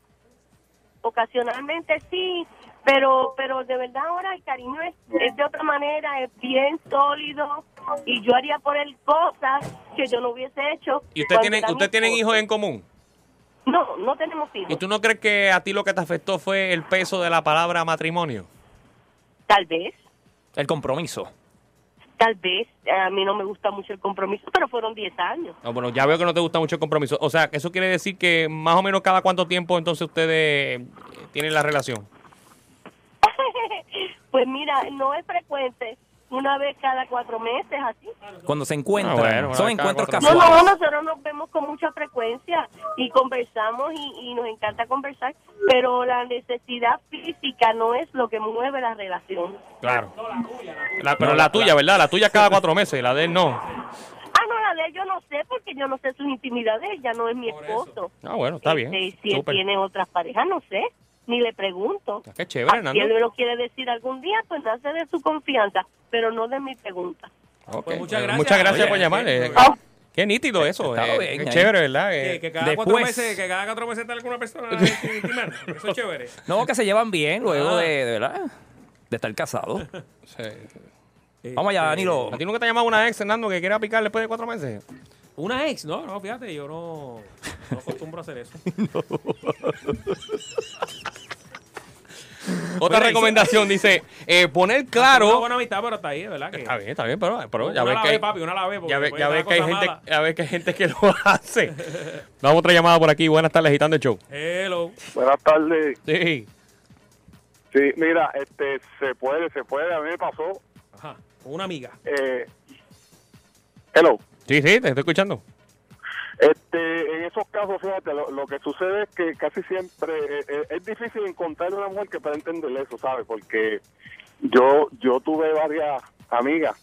I: ocasionalmente sí, pero pero de verdad ahora el cariño es, es de otra manera, es bien sólido y yo haría por él cosas que yo no hubiese hecho.
C: ¿Y ustedes
I: cuando
C: tienen,
I: era mi
C: usted tienen
I: esposo.
C: hijos en común?
I: No, no tenemos hijos.
C: ¿Y tú no crees que a ti lo que te afectó fue el peso de la palabra matrimonio?
I: Tal vez,
E: El compromiso.
I: tal vez. A mí no me gusta mucho el compromiso, pero fueron 10 años. (laughs)
C: No, bueno, ya veo que no te gusta mucho el compromiso. O sea, eso quiere decir que más o menos cada cuánto tiempo entonces ustedes eh, tienen la relación.
I: pues mira, no es frecuente. Una vez cada cuatro meses, así.
E: Cuando se encuentran.
C: Ah, bueno, bueno,
E: son
C: cada
E: encuentros
C: cuatro-
I: No,
E: casuales.
I: no, nosotros nos vemos con mucha frecuencia y conversamos y, y nos encanta conversar, pero la necesidad física no es lo que mueve la relación. Ah,
C: Claro. La- pero la tuya, ¿verdad? La tuya cada cuatro meses, la de él no.
I: Ah, no, la de él yo no sé porque yo no sé sus intimidades, ya no es mi esposo.
C: Ah, bueno, está bien.
I: Este, si él
C: Súper. Ah,
I: tiene otras parejas, no sé, ni le pregunto. Ah,
C: Qué chévere,
I: Si él me
C: Nando.
I: lo quiere decir algún día, pues nace de su confianza, pero no de mi pregunta.
C: Ok.
B: Pues muchas
C: Eh,
B: gracias.
C: Muchas gracias
B: Oye,
C: por llamar.
B: qué-
C: eh, Qué nítido eso.
B: Está
C: eh,
B: bien
C: qué
B: ahí.
C: chévere, ¿verdad? Eh,
B: Que, que cada cuatro
E: después-
B: meses, que cada cuatro meses está alguna
C: (laughs)
B: persona intimando. Eso es chévere.
E: No, que se llevan bien luego
B: Ah.
E: de, de, ¿verdad? de estar casados.
B: (laughs) Este,
E: Vamos
C: Este,
E: allá, Danilo.
C: ¿A ti nunca te ha llamado una ex, Nando, que quiera picar después de cuatro meses?
B: Una ex, no, no, fíjate, yo no, no acostumbro a
C: (laughs)
B: hacer eso. (laughs)
C: Otra
B: Mira,
C: recomendación dice eh, poner
B: Una
C: claro.
B: buena amistad, pero hasta ahí, ¿verdad? Que
C: Está bien, está bien, pero, pero ya
B: una
C: ves
B: la
C: que
B: ve,
C: hay-
B: papi, una la ve. porque
C: ya ve-
B: después
C: ya
B: de
C: ves
B: cada
C: que hay
B: cosa
C: gente,
B: mala.
C: ya ves que hay gente que lo (laughs) hace. Damos otra llamada por aquí. Buenas tardes, agitando el show.
B: Hello.
F: Buenas tardes.
C: Sí.
F: Sí, mira, este, se puede, se puede. A mí me pasó.
B: Ajá, con una amiga.
F: eh, hello.
C: Sí, sí, te estoy escuchando.
F: Este, en esos casos, fíjate, lo, lo que sucede es que casi siempre eh, eh, es difícil encontrar una mujer que pueda entender eso, ¿sabes? Porque yo, yo tuve varias amigas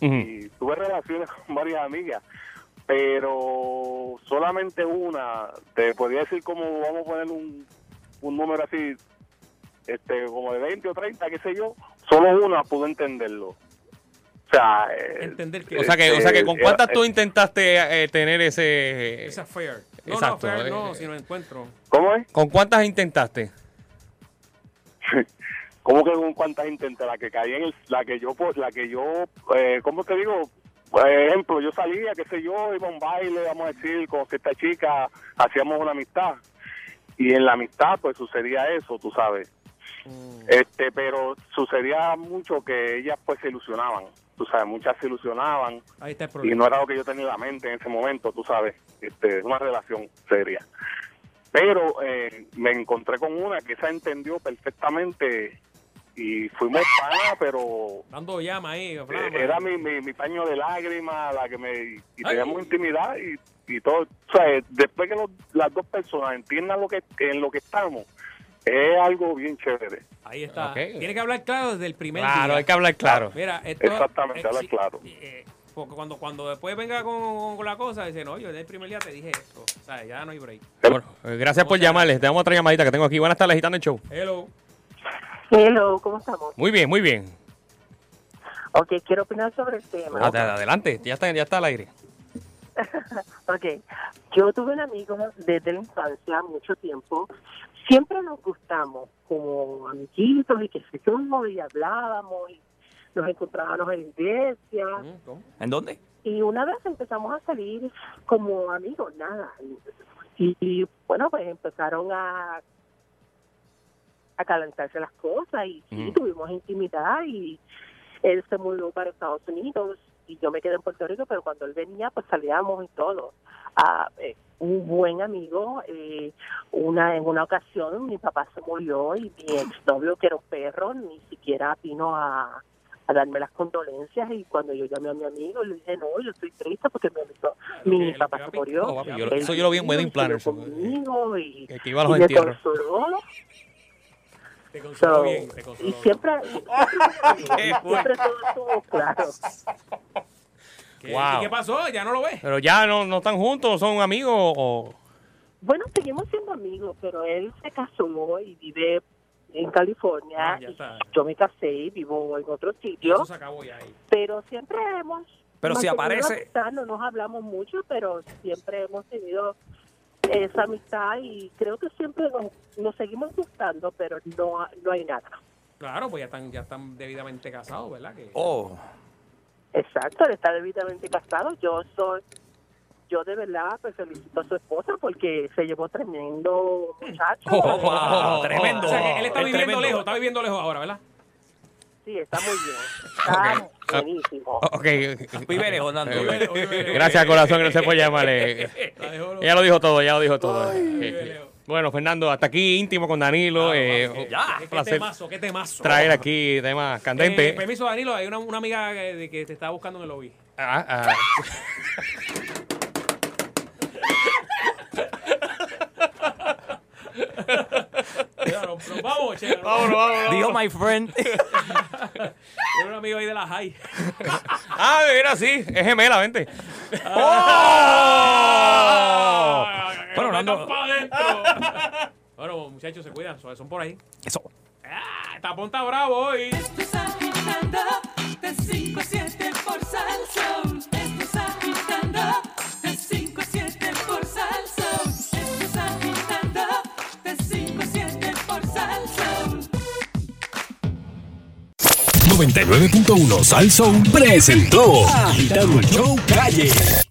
F: y tuve relaciones con varias amigas, pero solamente una, te podría decir como, vamos a poner un, un número así, este, como de 20 o 30, qué sé yo, solo una pudo entenderlo. O sea, eh,
B: (laughs) Entender que.
C: O sea que, o sea que con
F: Eh,
C: cuántas tú
F: eh,
C: intentaste eh, tener ese.
B: Esa es fair. No,
C: Exacto,
B: no, fair,
C: eh.
B: no, si no encuentro.
F: ¿Cómo es?
C: ¿Con cuántas intentaste?
F: ¿Cómo que con cuántas intenté? La que caí en el, la que yo, pues, la que yo, eh, ¿cómo te digo? Por ejemplo, yo salía, qué sé yo, iba a un baile, vamos a decir, con esta chica, hacíamos una amistad. Y en la amistad, pues, sucedía eso, tú sabes. Este, pero sucedía mucho que ellas, pues, se ilusionaban. Tú sabes, muchas se ilusionaban.
B: Ahí está el
F: Y
B: problema.
F: no era lo que yo tenía en la mente en ese momento, tú sabes. Este, una relación seria. Pero eh, me encontré con una que esa entendió perfectamente y fuimos para, pero
B: Dando llama ahí, flama.
F: eh, era mi, mi, mi paño de lágrimas, la que me. Y teníamos
B: Ay.
F: intimidad y, y todo. O sea, eh, después que los- las dos personas entiendan lo que en lo que estamos, es algo bien chévere.
B: Ahí está.
C: Ok.
B: Tiene que hablar claro desde el primer día.
C: Claro, hay que hablar claro.
B: Mira, esto,
F: Exactamente,
B: eh,
F: habla
B: sí,
F: claro.
B: eh, porque cuando, cuando después venga con, con la cosa, dice, no, yo desde el primer día te dije esto. O sea, ya no hay break.
C: Bueno, eh, gracias por llamarles. Te damos otra llamadita que tengo aquí. Buenas tardes, agitando el show.
B: Hello.
J: Hello, ¿cómo estamos?
C: Muy bien, muy bien.
J: Ok, quiero opinar sobre el tema.
B: Ah,
C: Ad- Adelante, ya está, ya está al aire.
J: (laughs) Ok, yo tuve un amigo desde la infancia, mucho tiempo. Siempre nos gustamos como amiguitos y que se yo, y hablábamos y nos encontrábamos en la iglesia.
E: ¿En dónde?
J: Y una vez empezamos a salir como amigos, nada. Y, y, bueno, pues empezaron a, a calentarse las cosas y sí,
L: Mm.
J: tuvimos intimidad y él se mudó para Estados Unidos y yo me quedé en Puerto Rico, pero cuando él venía pues salíamos y todo. Ah, eh, un buen amigo, eh, una en una ocasión mi papá se murió y mi exnovio, que era un perro, ni siquiera vino a, a darme las condolencias y cuando yo llamé a mi amigo le dije, no, yo estoy triste porque mi, amigo- mi papá se murió.
C: No, Oh, papi, yo lo-
J: Él
C: eso yo lo vi en
J: vino y
C: Wedding Planner.
J: estuvo conmigo y,
C: Que- que iba a los
J: y me
C: entierros.
J: consoló.
B: Te
J: consoló bien, te consoló Y siempre, (laughs) siempre todo estuvo claro.
B: ¿Qué,
C: Wow.
B: ¿y qué pasó? Ya no lo ves.
C: Pero ya no, no están juntos, son amigos o...
J: Bueno, seguimos siendo amigos, pero él se casó y vive en California.
B: Ah, Ya
J: y
B: está.
J: yo me casé y vivo en otro sitio.
B: Eso se acabó ya ahí.
J: Pero siempre hemos.
B: Pero si
J: mantenido
B: aparece-
J: la amistad, no nos hablamos mucho, pero siempre hemos tenido esa amistad y creo que siempre nos, nos seguimos gustando, pero no, no hay nada.
B: Claro, pues ya están, ya están debidamente casados, ¿verdad? Que,
J: Oh. Exacto, él está debidamente casado. Yo soy yo de verdad pues felicito a su esposa porque se llevó tremendo muchacho.
B: Oh, wow,
J: Eh,
B: tremendo.
J: o sea que
B: él está viviendo
J: tremendo.
B: lejos, está viviendo lejos ahora, ¿verdad?
J: Sí, está muy bien. Está buenísimo.
C: Oh, Ok.
Y: Vive lejos, Nando. Vive lejos, vive lejos.
C: Gracias, corazón, gracias por llamarle. Ya eh. lo dijo todo, ya lo dijo todo. Bueno, Fernando, hasta aquí íntimo con Danilo. eh,
B: Ah, Ya,
C: un
B: qué
C: placer
B: temazo, qué temazo.
C: traer aquí temas
B: Eh,
C: candentes.
B: permiso, Danilo, hay una, una amiga que, de que te estaba buscando en el lobby. (laughs)
C: Ah, ah.
B: Mira, nos- nos vamos,
C: (laughs)
B: che. nos
Y: Vámonos, vámonos. Dijo, "My friend".
B: Era un amigo ahí de la high.
C: Ah, mira, sí, es gemela, vente.
B: Ah.
C: ¡Oh!
B: Bueno,
C: Nando-
B: (laughs) Bueno, muchachos, se cuidan, son por ahí. Eso. Ah, tapón está bravo hoy.
T: agitando de 5 a 7 por salsón. Estás agitando de 5 a 7 por salsón. Estás agitando de 5 a 7 por salsón.
H: 99.1 Sal Soul presentó Agitando el Show Calle.